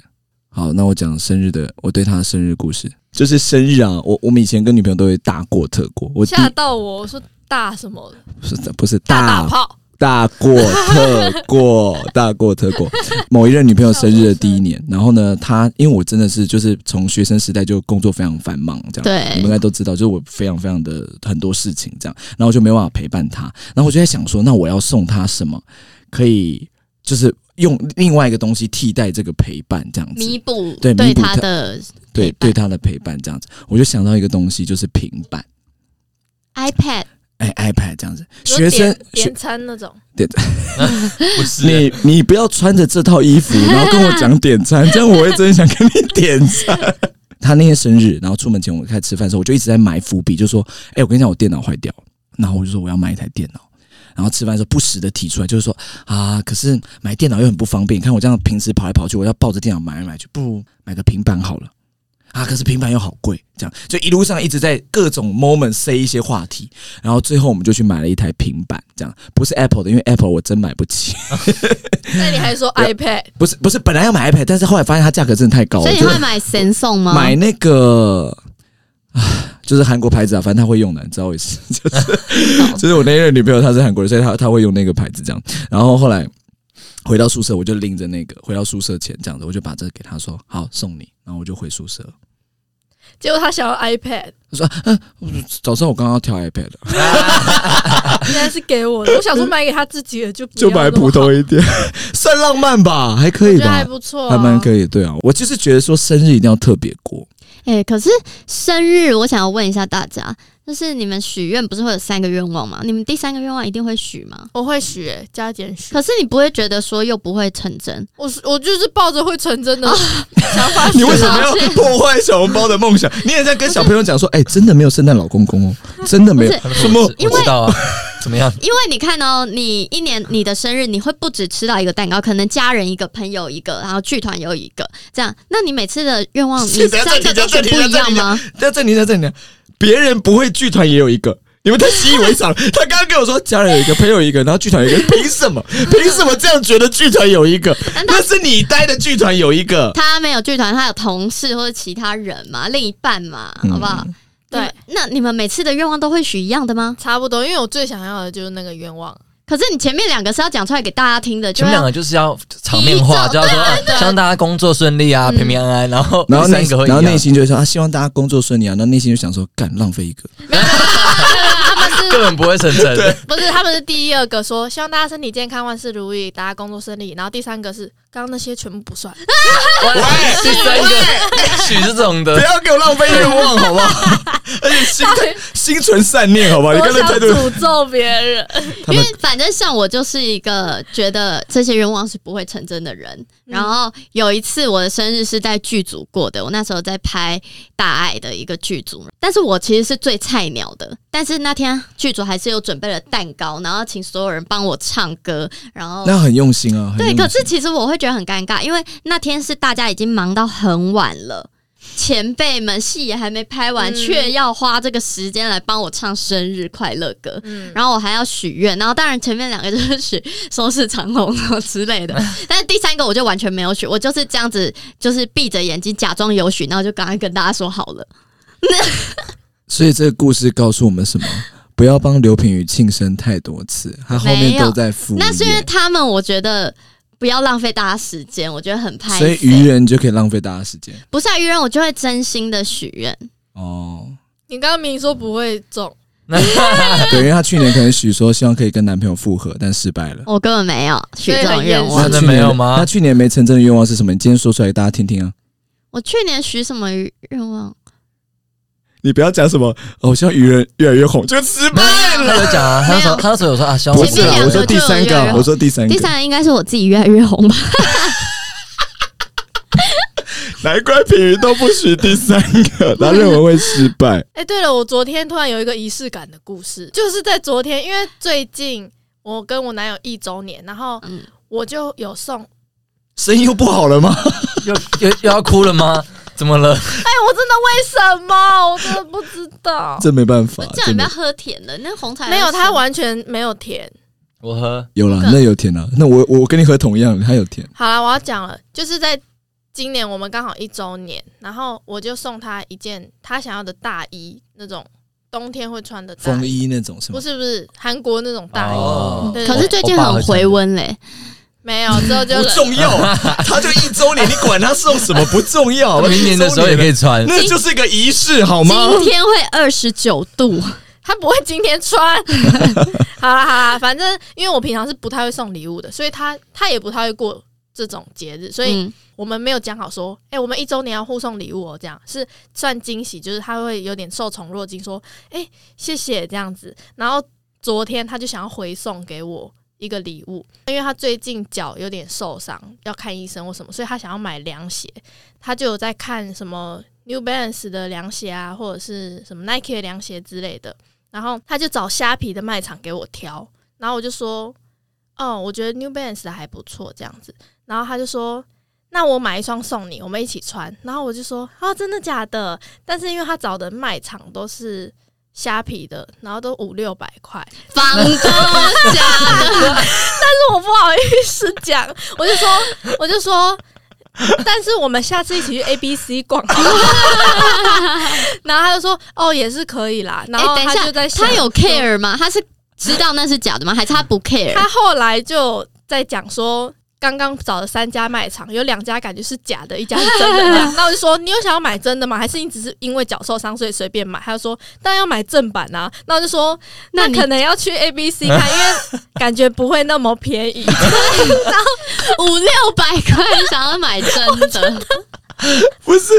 好，那我讲生日的，我对他的生日故事，就是生日啊，我我们以前跟女朋友都会大过特过，我第吓到我，我说大什么不是不是大打炮，大过特过， 大过特过。某一任女朋友生日的第一年，然后呢，她因为我真的是就是从学生时代就工作非常繁忙，这样对你们应该都知道，就是我非常非常的很多事情这样，然后我就没办法陪伴她，然后我就在想说，那我要送她什么可以就是用另外一个东西替代这个陪伴这样子，弥补对弥对补他他的对陪伴对她的陪伴这样子，我就想到一个东西，就是平板， iPad，哎，iPad 这样子，你说学生点学点餐那种，不是你你不要穿着这套衣服，然后跟我讲点 餐，这样我会真的想跟你点餐。他那天生日，然后出门前我开始吃饭的时候，我就一直在埋伏笔，就说：“哎、我跟你讲，我电脑坏掉。”然后我就说我要买一台电脑。然后吃饭的时候不时的提出来，就是说啊，可是买电脑又很不方便。你看我这样平时跑来跑去，我要抱着电脑买来买去，不如买个平板好了。啊，可是平板又好贵，这样就一路上一直在各种 moment 塞一些话题，然后最后我们就去买了一台平板，这样不是 Apple 的，因为 Apple 我真买不起，那你还说 iPad？ 不是不是，本来要买 iPad，但是后来发现它价格真的太高了，所以你真会的买神送吗？哦买那个。啊，就是韩国牌子啊，反正他会用的，你知道我意思， 就是就是我那一任女朋友她是韩国人，所以她她会用那个牌子这样。然后后来回到宿舍，我就拎着那个回到宿舍前这样子，我就把这个给她说好送你，然后我就回宿舍。结果他想要 iPad，她说、啊啊， 早上我刚刚要挑 iPad，了原来是给我的。我想说买给他自己的就不就要那么买普好，通一点，算浪漫吧，还可我以觉得还吧，不错、啊，还蛮可以。对啊，我就是觉得说生日一定要特别过，哎、可是生日，我想要问一下大家，就是你们许愿不是会有三个愿望吗？你们第三个愿望一定会许吗？我会许、欸、加减许，可是你不会觉得说又不会成真，我是我就是抱着会成 真的想法许 你啊。为什么要破坏小红包的梦想？你也在跟小朋友讲说，哎、真的没有圣诞老公公哦，真的没有不他们什么我。知我知道啊，怎么样？因为你看哦，你一年你的生日你会不止吃到一个蛋糕，可能家人一个、朋友一个，然后剧团有一个，这样，那你每次的愿望你是等一下三个暂都停是一下不一样吗？在这里，在这里，别人不会，剧团也有一个。你们太习以为常。他刚刚跟我说，家人有一个，朋友一个，然后剧团有一个，凭什么？凭什么这样觉得剧团有一个？那是你待的剧团有一个。他没有剧团，他有同事或者其他人嘛，另一半嘛，嗯好不好？对你们，那你们每次的愿望都会许一样的吗？差不多，因为我最想要的就是那个愿望。可是你前面两个是要讲出来给大家听的，就前面两要个就是要场面话，依照就要说啊，希望大家工作顺利啊，嗯平平安安。然后然后第内三个会一然后样内心就会说啊，希望大家工作顺利啊。然后内心就想说，干浪费一个。他们根是本不会成真。不是他们是第二个说希望大家身体健康、万事如意、大家工作顺利，然后第三个是刚刚那些全部不算。喂，第三个许这种不的，要给我浪费 愿望，好不好？而且心态心存善念，好不好？哦你我刚才想态度，诅咒别人， 他因们为反正像我就是一个觉得这些愿望是不会成真的人。嗯然后有一次我的生日是在剧组过的，我那时候在拍大爱的一个剧组，但是我其实是最菜鸟的。但是那天剧组还是有准备了蛋糕，然后请所有人帮我唱歌，然后那很用心啊。很对，用可心是其实我会觉得很尴尬，因为那天是大家已经忙到很晚了，前辈们戏也还没拍完，嗯却要花这个时间来帮我唱生日快乐歌。嗯，然后我还要许愿，然后当然前面两个就是许收视长虹之类的，嗯但是第三个我就完全没有许，我就是这样子，就是闭着眼睛假装有许，然后就赶快跟大家说好了。所以这个故事告诉我们什么？ 不要帮刘品妤庆生太多次，他后面都在敷衍。那是因为他们，我觉得不要浪费大家时间，我觉得很拍所以死愚人就可以浪费大家时间不是啊，愚人，我就会真心的许愿。 哦。你刚刚明明说不会中，对，因为他去年可能许说希望可以跟男朋友复合，但失败了。我根本没有许这种愿所以望那很。真去的年没有吗他去年没成真的愿望是什么？你今天说出来给大家听听啊！我去年许什么愿望？你不要讲什么哦，我希望愚人越来越红，就失败他了。有讲啊，他那时候没有他那时候有说啊，希望不我是前面啊，两我个说第三就有越个，来我说第三第个，三个应该是我自己越来越红吧。难怪品妤都不许第三 个，他认为会失败。哎、对了，我昨天突然有一个仪式感的故事，就是在昨天，因为最近我跟我男友一周年，然后嗯我就有送，哎、声音又不好了吗？又又又要哭了吗？怎么了？我真的为什么？我真的不知道， 这没办法，这样这你没不要喝甜的，那红茶没有，他玩。完全没有甜。我喝有啦，那有甜啦。那我我跟你喝同样的，它有甜。好了，我要讲了，就是在今年我们刚好一周年，然后我就送他一件他想要的大衣，那种冬天会穿的大风衣那种是吗不？是不是韩国那种大衣，哦对可是最近很回温嘞，没有，之后就不冷重要， 他就一周年，你管他送什么不重要。 明年的时候也可以一穿周年，。那就是个仪式好吗？今天会二十九度，他不会今天穿。 好啦好啦，反正因为我平常是不太会送礼物的，所以他他也不太会过这种节日，所以嗯，我们没有讲好说，哎、我们一周年要互送礼物哦，这样是算惊喜，就是他会有点受宠若惊，说，哎、谢谢这样子。然后昨天他就想要回送给我。一个礼物，因为他最近脚有点受伤，要看医生或什么，所以他想要买凉鞋。他就有在看什么 New Balance 的凉鞋啊，或者是什么 Nike 的凉鞋之类的。然后他就找虾皮的卖场给我挑，然后我就说，哦，我觉得 New Balance 的还不错这样子。然后他就说，那我买一双送你，我们一起穿。”然后我就说：“啊，真的假的？”但是因为他找的卖场都是虾皮的，然后都五六百块，房东假的，但是我不好意思讲，我就说， 我就说，但是我们下次一起去 A B C 逛好不好。 然后他就说，哦，也是可以啦。然哎、后等一他下就在，想他 有 care 吗？他是知道那是假的吗？还是他不 care？他后来就在讲说。刚刚找了三家卖场，有两家感觉是假的，一家是真的这 样。那我就说，你有想要买真的吗？还是你只是因为脚受伤所以随便买？他就说，当然要买正版啊。那我就说，那那你可能要去 A B C 看，因为感觉不会那么便宜。 五六百块想要买真的，不是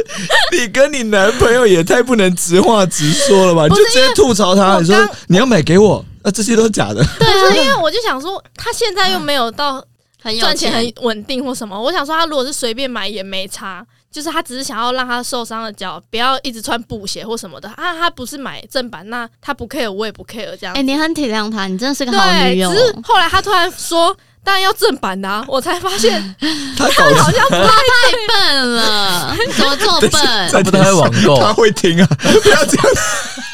你跟你男朋友也太不能直话直说了吧？你不就是直接吐槽他，我你说刚你要买给我，那、这些都假的。对，是啊因为我就想说，他现在又没有到很有赚钱很稳定或什哦么，我想说他如果是随便买也没差，就是他只是想要让他受伤的脚不要一直穿布鞋或什么的啊，他不是买正版，那他不 care 我也不 care 这样哎、。你很体谅他，你真的是个好对，女友哦只。是后来他突然说。当然要正版的、啊，我才发现他搞好像不太笨了， 怎么做笨？ 他不太会网购他会听啊， 不要这样。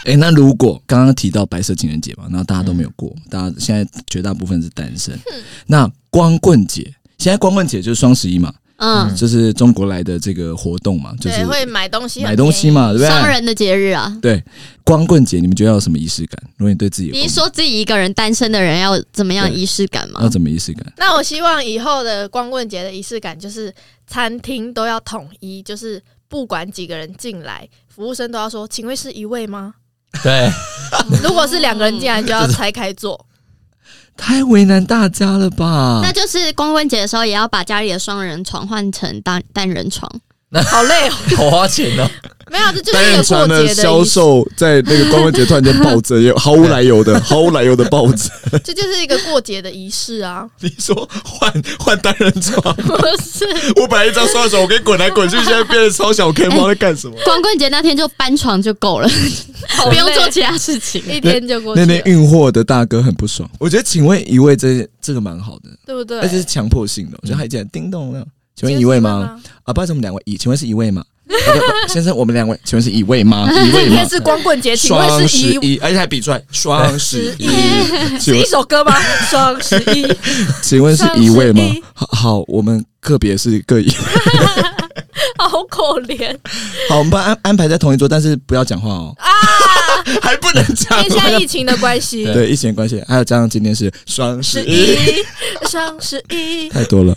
哎、那如果刚刚提到白色情人节嘛，然后大家都没有过，大家现在绝大部分是单身。那光棍节，现在光棍节就是双十一嘛，嗯，就是中国来的这个活动嘛，就是对，会买东西，买东西，嘛，对不商对？人的节日啊，对，光棍节你们觉得要有什么仪式感？如果你对自己有你光是说自己一个人单身的人要怎么样仪式感要吗？怎么仪式感？那我希望以后的光棍节的仪式感就是餐厅都要统一，就是不管几个人进来，服务生都要说：“请问是一位吗对，？”如果是两个人进来，就要拆开坐。太为难大家了吧？那就是光棍节的时候，也要把家里的双人床换成单单人床。 好累哦，好花钱哦，没有，这就单是一人个床过的节的销仪式，售在那个光棍节突然间暴增，也毫无来由的，毫无来由的暴增。这就是一个过节的仪式啊。你说换换单人床，不是，我本来一张双人床，我可以滚来滚去，现在变得超小 K，不知道在干什么。光棍节那天就搬床就够了，好累 不用做其他事情。一天就过去那了，天运货的大哥很不爽，我觉得请问一位这这个蛮好的，对不对而？且是强迫性的，我觉得他一进来叮咚了，请问一位吗？？啊，不好意思，我们两位，一请问是一位吗？啊不不先 生，我们两位，请问是一位吗？一今位吗 天？是光棍节，请双问十是一一，而哎且还比出来双十 一，是一首歌吗？双十 一，请问是一位吗上次一？好，好，我们个别是各一位。好可 怜。 好，我们把安安排在同一桌，但是不要讲话哦。啊， 还不能讲因为现在疫情的关系，对，疫情关系，还有加上今天是双十十一，一，双十一，太多了。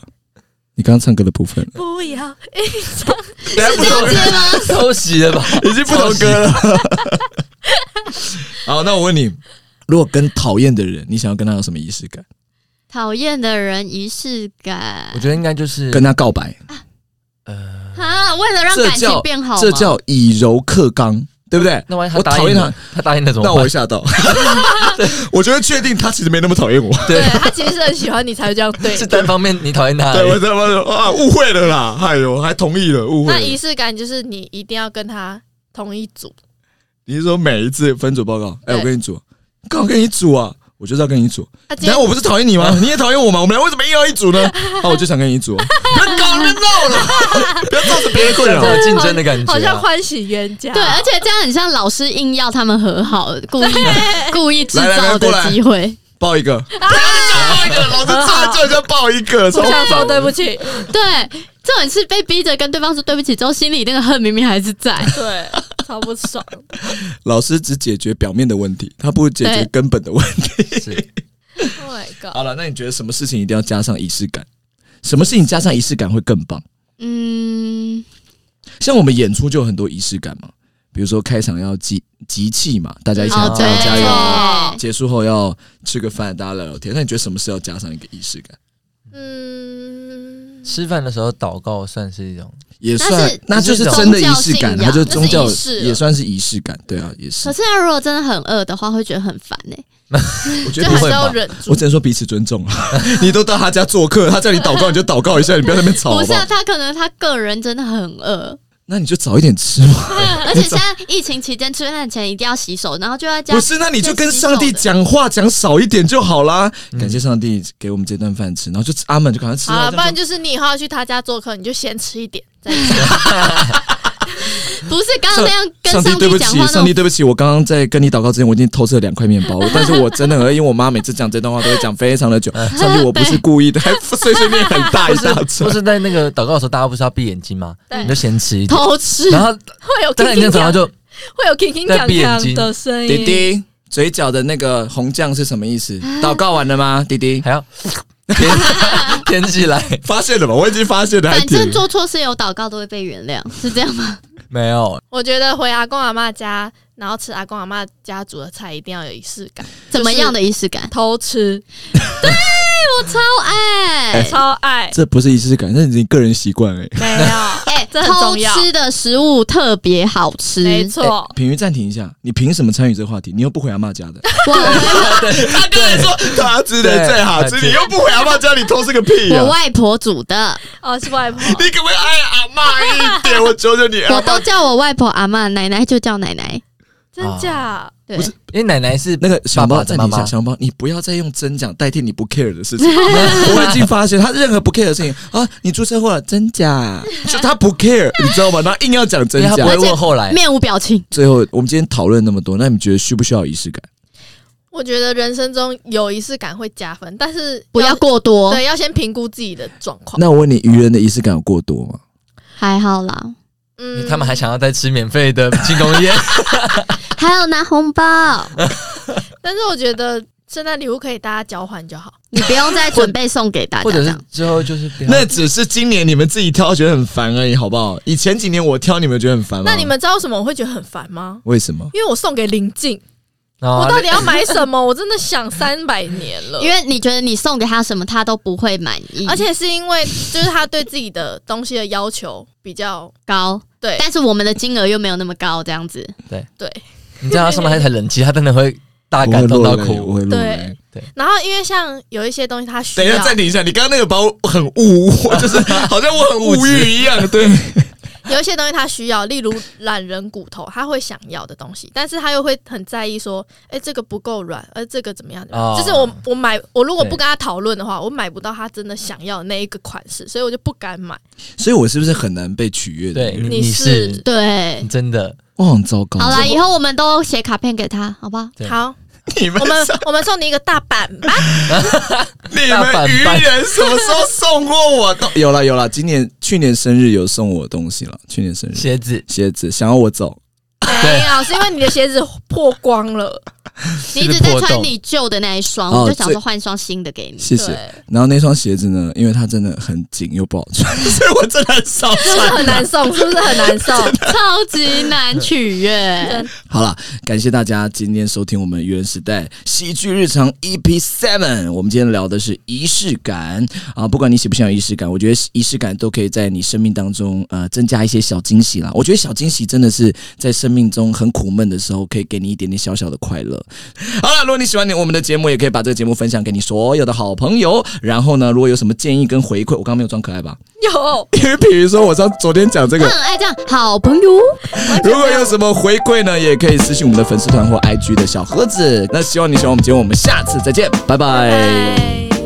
你刚刚唱歌的部分，不要 等是这样接吗？偷袭了吧？已经不同歌了。 好，那我问你，如果跟讨厌的人，你想要跟他有什么仪式感？讨厌的人仪式我感觉得应该就是跟他告白，呃，啊，为了让这感情叫变好吗，这叫以柔克刚，对不对？那万一他我答讨厌应了他，，他答应了怎那么我办会？吓 到。我觉得确定他其实没那么讨厌我。对他其实是很喜欢你才会这样 对你是。单方面你讨厌他而对，我已，他妈的啊，误会了啦！哎呦，还同意了，误会那了仪。式感就是你一定要跟他同一组，你是说每一次分组报告？哎、对我跟你组，刚好跟你组啊，我就是要跟你组。啊，今然天后我不是讨厌你吗？你也讨厌我吗？我们俩为什么硬要一组呢？ 啊，我就想跟你组、啊，不要搞人闹了， 不要造成别人困扰这。有竞争的感觉啊，好像欢喜冤家，对，而且这样很像老师硬要他们和好，故 意 故意制来来来造过来的机会。抱一啊个，不要再抱一个，老子真的叫人家抱一个，互超相说烦对不起，对，这种是被逼着跟对方说对不起之后，心里那个恨明明还是在。 对，超不爽。老师只解决表面的问题，他不解决对根本的问题。是 Oh my god！好了，那你觉得什么事情一定要加上仪式感？什么事情加上仪式感会更棒？嗯，像我们演出就有很多仪式感嘛，比如说开场要集集气嘛，大家一起哦要想哎加对油啊加油。油结束后要吃个饭，大家聊聊天。那你觉得什么事要加上一个仪式感？嗯，吃饭的时候祷告算是一种，也算，那那就是是真的仪式感，宗教信仰它就宗教啊那是仪式了也算是仪式感，对啊，也是可。是他如果真的很饿的话，会觉得很烦呢、欸我觉就得还不是会要吧，忍我住。只能说彼此尊重啊。 你都到他 家做客，他叫你祷告你就祷告一下，你不要在那边吵好不是不啊，好？ 他可能他个人真的很饿，那你就早一点吃嘛。 而且现在疫情期间吃饭前一定要洗手，然后就要加不是，那你就跟上帝讲话，讲少一点就好啦。感谢上帝给我们这顿饭吃，然后就吃阿门就赶快吃啊好了，完。不这样然就就是你以后要去他家做客，你就先吃一点， 再吃不是刚刚那样跟上帝对不讲起，话那上帝种。对不起，我刚刚在跟你祷告之前，我已经偷吃了两块面包，但是我真的很饿，因为我妈每次讲这段话都会讲非常的 久。上帝，我不是故 意的，还碎碎念很大一大串 或。是在那个祷告的时候，大家不是要闭眼睛吗？对你就先吃一点，偷吃，然后会有当然你那 king 早上 king 就会有 king king 在闭眼锵锵睛的声音。弟弟，嘴角的那个红酱是什么意思？啊祷告完了吗？弟弟，还要舔舔起来，发现了吧？我已经发现了，还反正挺做错事有祷告都会被原谅， 是这样吗？没有，我觉得回阿公阿妈家，然后吃阿公阿妈家煮的菜，一定要有仪式感。怎么样的仪式感？偷吃，我超爱，超爱。这不是仪式感，那是你个人习惯哎。没有， 哎，这很偷重要吃哎的食物特别好吃，没错，品瑜暂停一下，你凭什么参与这个话题？你又不回阿妈家 的，我他跟你说他吃的最好吃你又不回阿妈家，你偷吃个屁啊啊我外婆煮的，哦，是 外婆。你可不可以爱阿妈一点？我求求你，哎我都叫我外婆阿妈，奶奶就叫奶奶。真啊假？对不，是因为奶奶是那个小爸包爸的暂妈停一下，妈，小包，你不要再用真假代替你不 care 的事情。 我已经发现他任何不 care 的事情啊，你出车祸了，真假，就他不 care，你知道吗？然后硬要讲真因为她假不。会问后哎来，面无表情。最后，我们今天讨论那么多，那你觉得需不需要有仪式感？我觉得人生中有仪式感会加分，但是不要过多，对，要先评估自己的状况。那我问你，愚人的仪式感有过多吗？还好啦，嗯他们还想要再吃免费的庆功 宴，还有拿红 包，但是我觉得圣诞礼物可以大家交换就好。你不用再准备送给大家或者这是样。之后就是不要那只是今年你们自己挑觉得很烦而已，好不好？以前几年我挑，你们觉得很烦吗？那你们知道为什么我会觉得很烦吗？为什么？因为我送给林静，然后啊我到底要买什么？我真的想三百年 了因。为你觉得你送给他什么，他都不会满意，而且是因为就是他对自己的东西的要求比较高，对但是我们的金额又没有那么高，这样子。对，你这样送到他很冷气，他真的会大我会感动落到泪，我哭。会落对泪。然后因为像有一些东西他需等一下，要，暂停一下，你刚刚那个把我很物，我 就是好像我很物欲一样，对。有一些东西他需要，例如懒人骨头，他会想要的东西，但是他又会很在意说，哎、这个不够软，而这个怎么样？怎么样哦就是我我买我如果对不跟他讨论的话，我买不到他真的想要的那一个款式，所以我就不敢买。所以我是不是很难被取悦的对，人？你你是是对，真的，我很糟糕。好啦，以后我们都写卡片给他，好吧？对好，你们我们我们送你一个大板吧，你大们板愚板人什么时候送过我东？ 有了有了，今年去年生日有送我东西了，去年生日鞋子哎鞋子，想要我走。没有，是因为你的鞋子破光了，你一直在穿你旧的那一双，哦我就想最说换一双新 的给你。谢谢。对，然后那双鞋子呢，因为它真的很紧又不好穿， 所以我真的很少是不是很穿。难送？是不是很 难送？超级难取悦，好了，感谢大家今天收听我们《原时代喜剧日常》EP Seven。我们今天聊的是仪式感啊，不管你喜不喜欢仪式感，我觉得仪式感都可以在你生命当中呃增加一些小惊喜啦。我觉得小惊喜真的是在生命中很苦闷的时候，可以给你一点点小小的快乐。好了，如果你喜欢你我们的节目，也可以把这个节目分享给你所有的好朋友。然后呢，如果有什么建议跟回馈，我刚刚没有装可爱吧？有，因为 比如说我上昨天讲这他个，很嗯哎爱这样。好朋友， 如果有什么回馈呢，也可以私信我们的粉丝团或 IG 的小盒子。那希望你喜欢我们节目，我们下次再见，拜拜拜。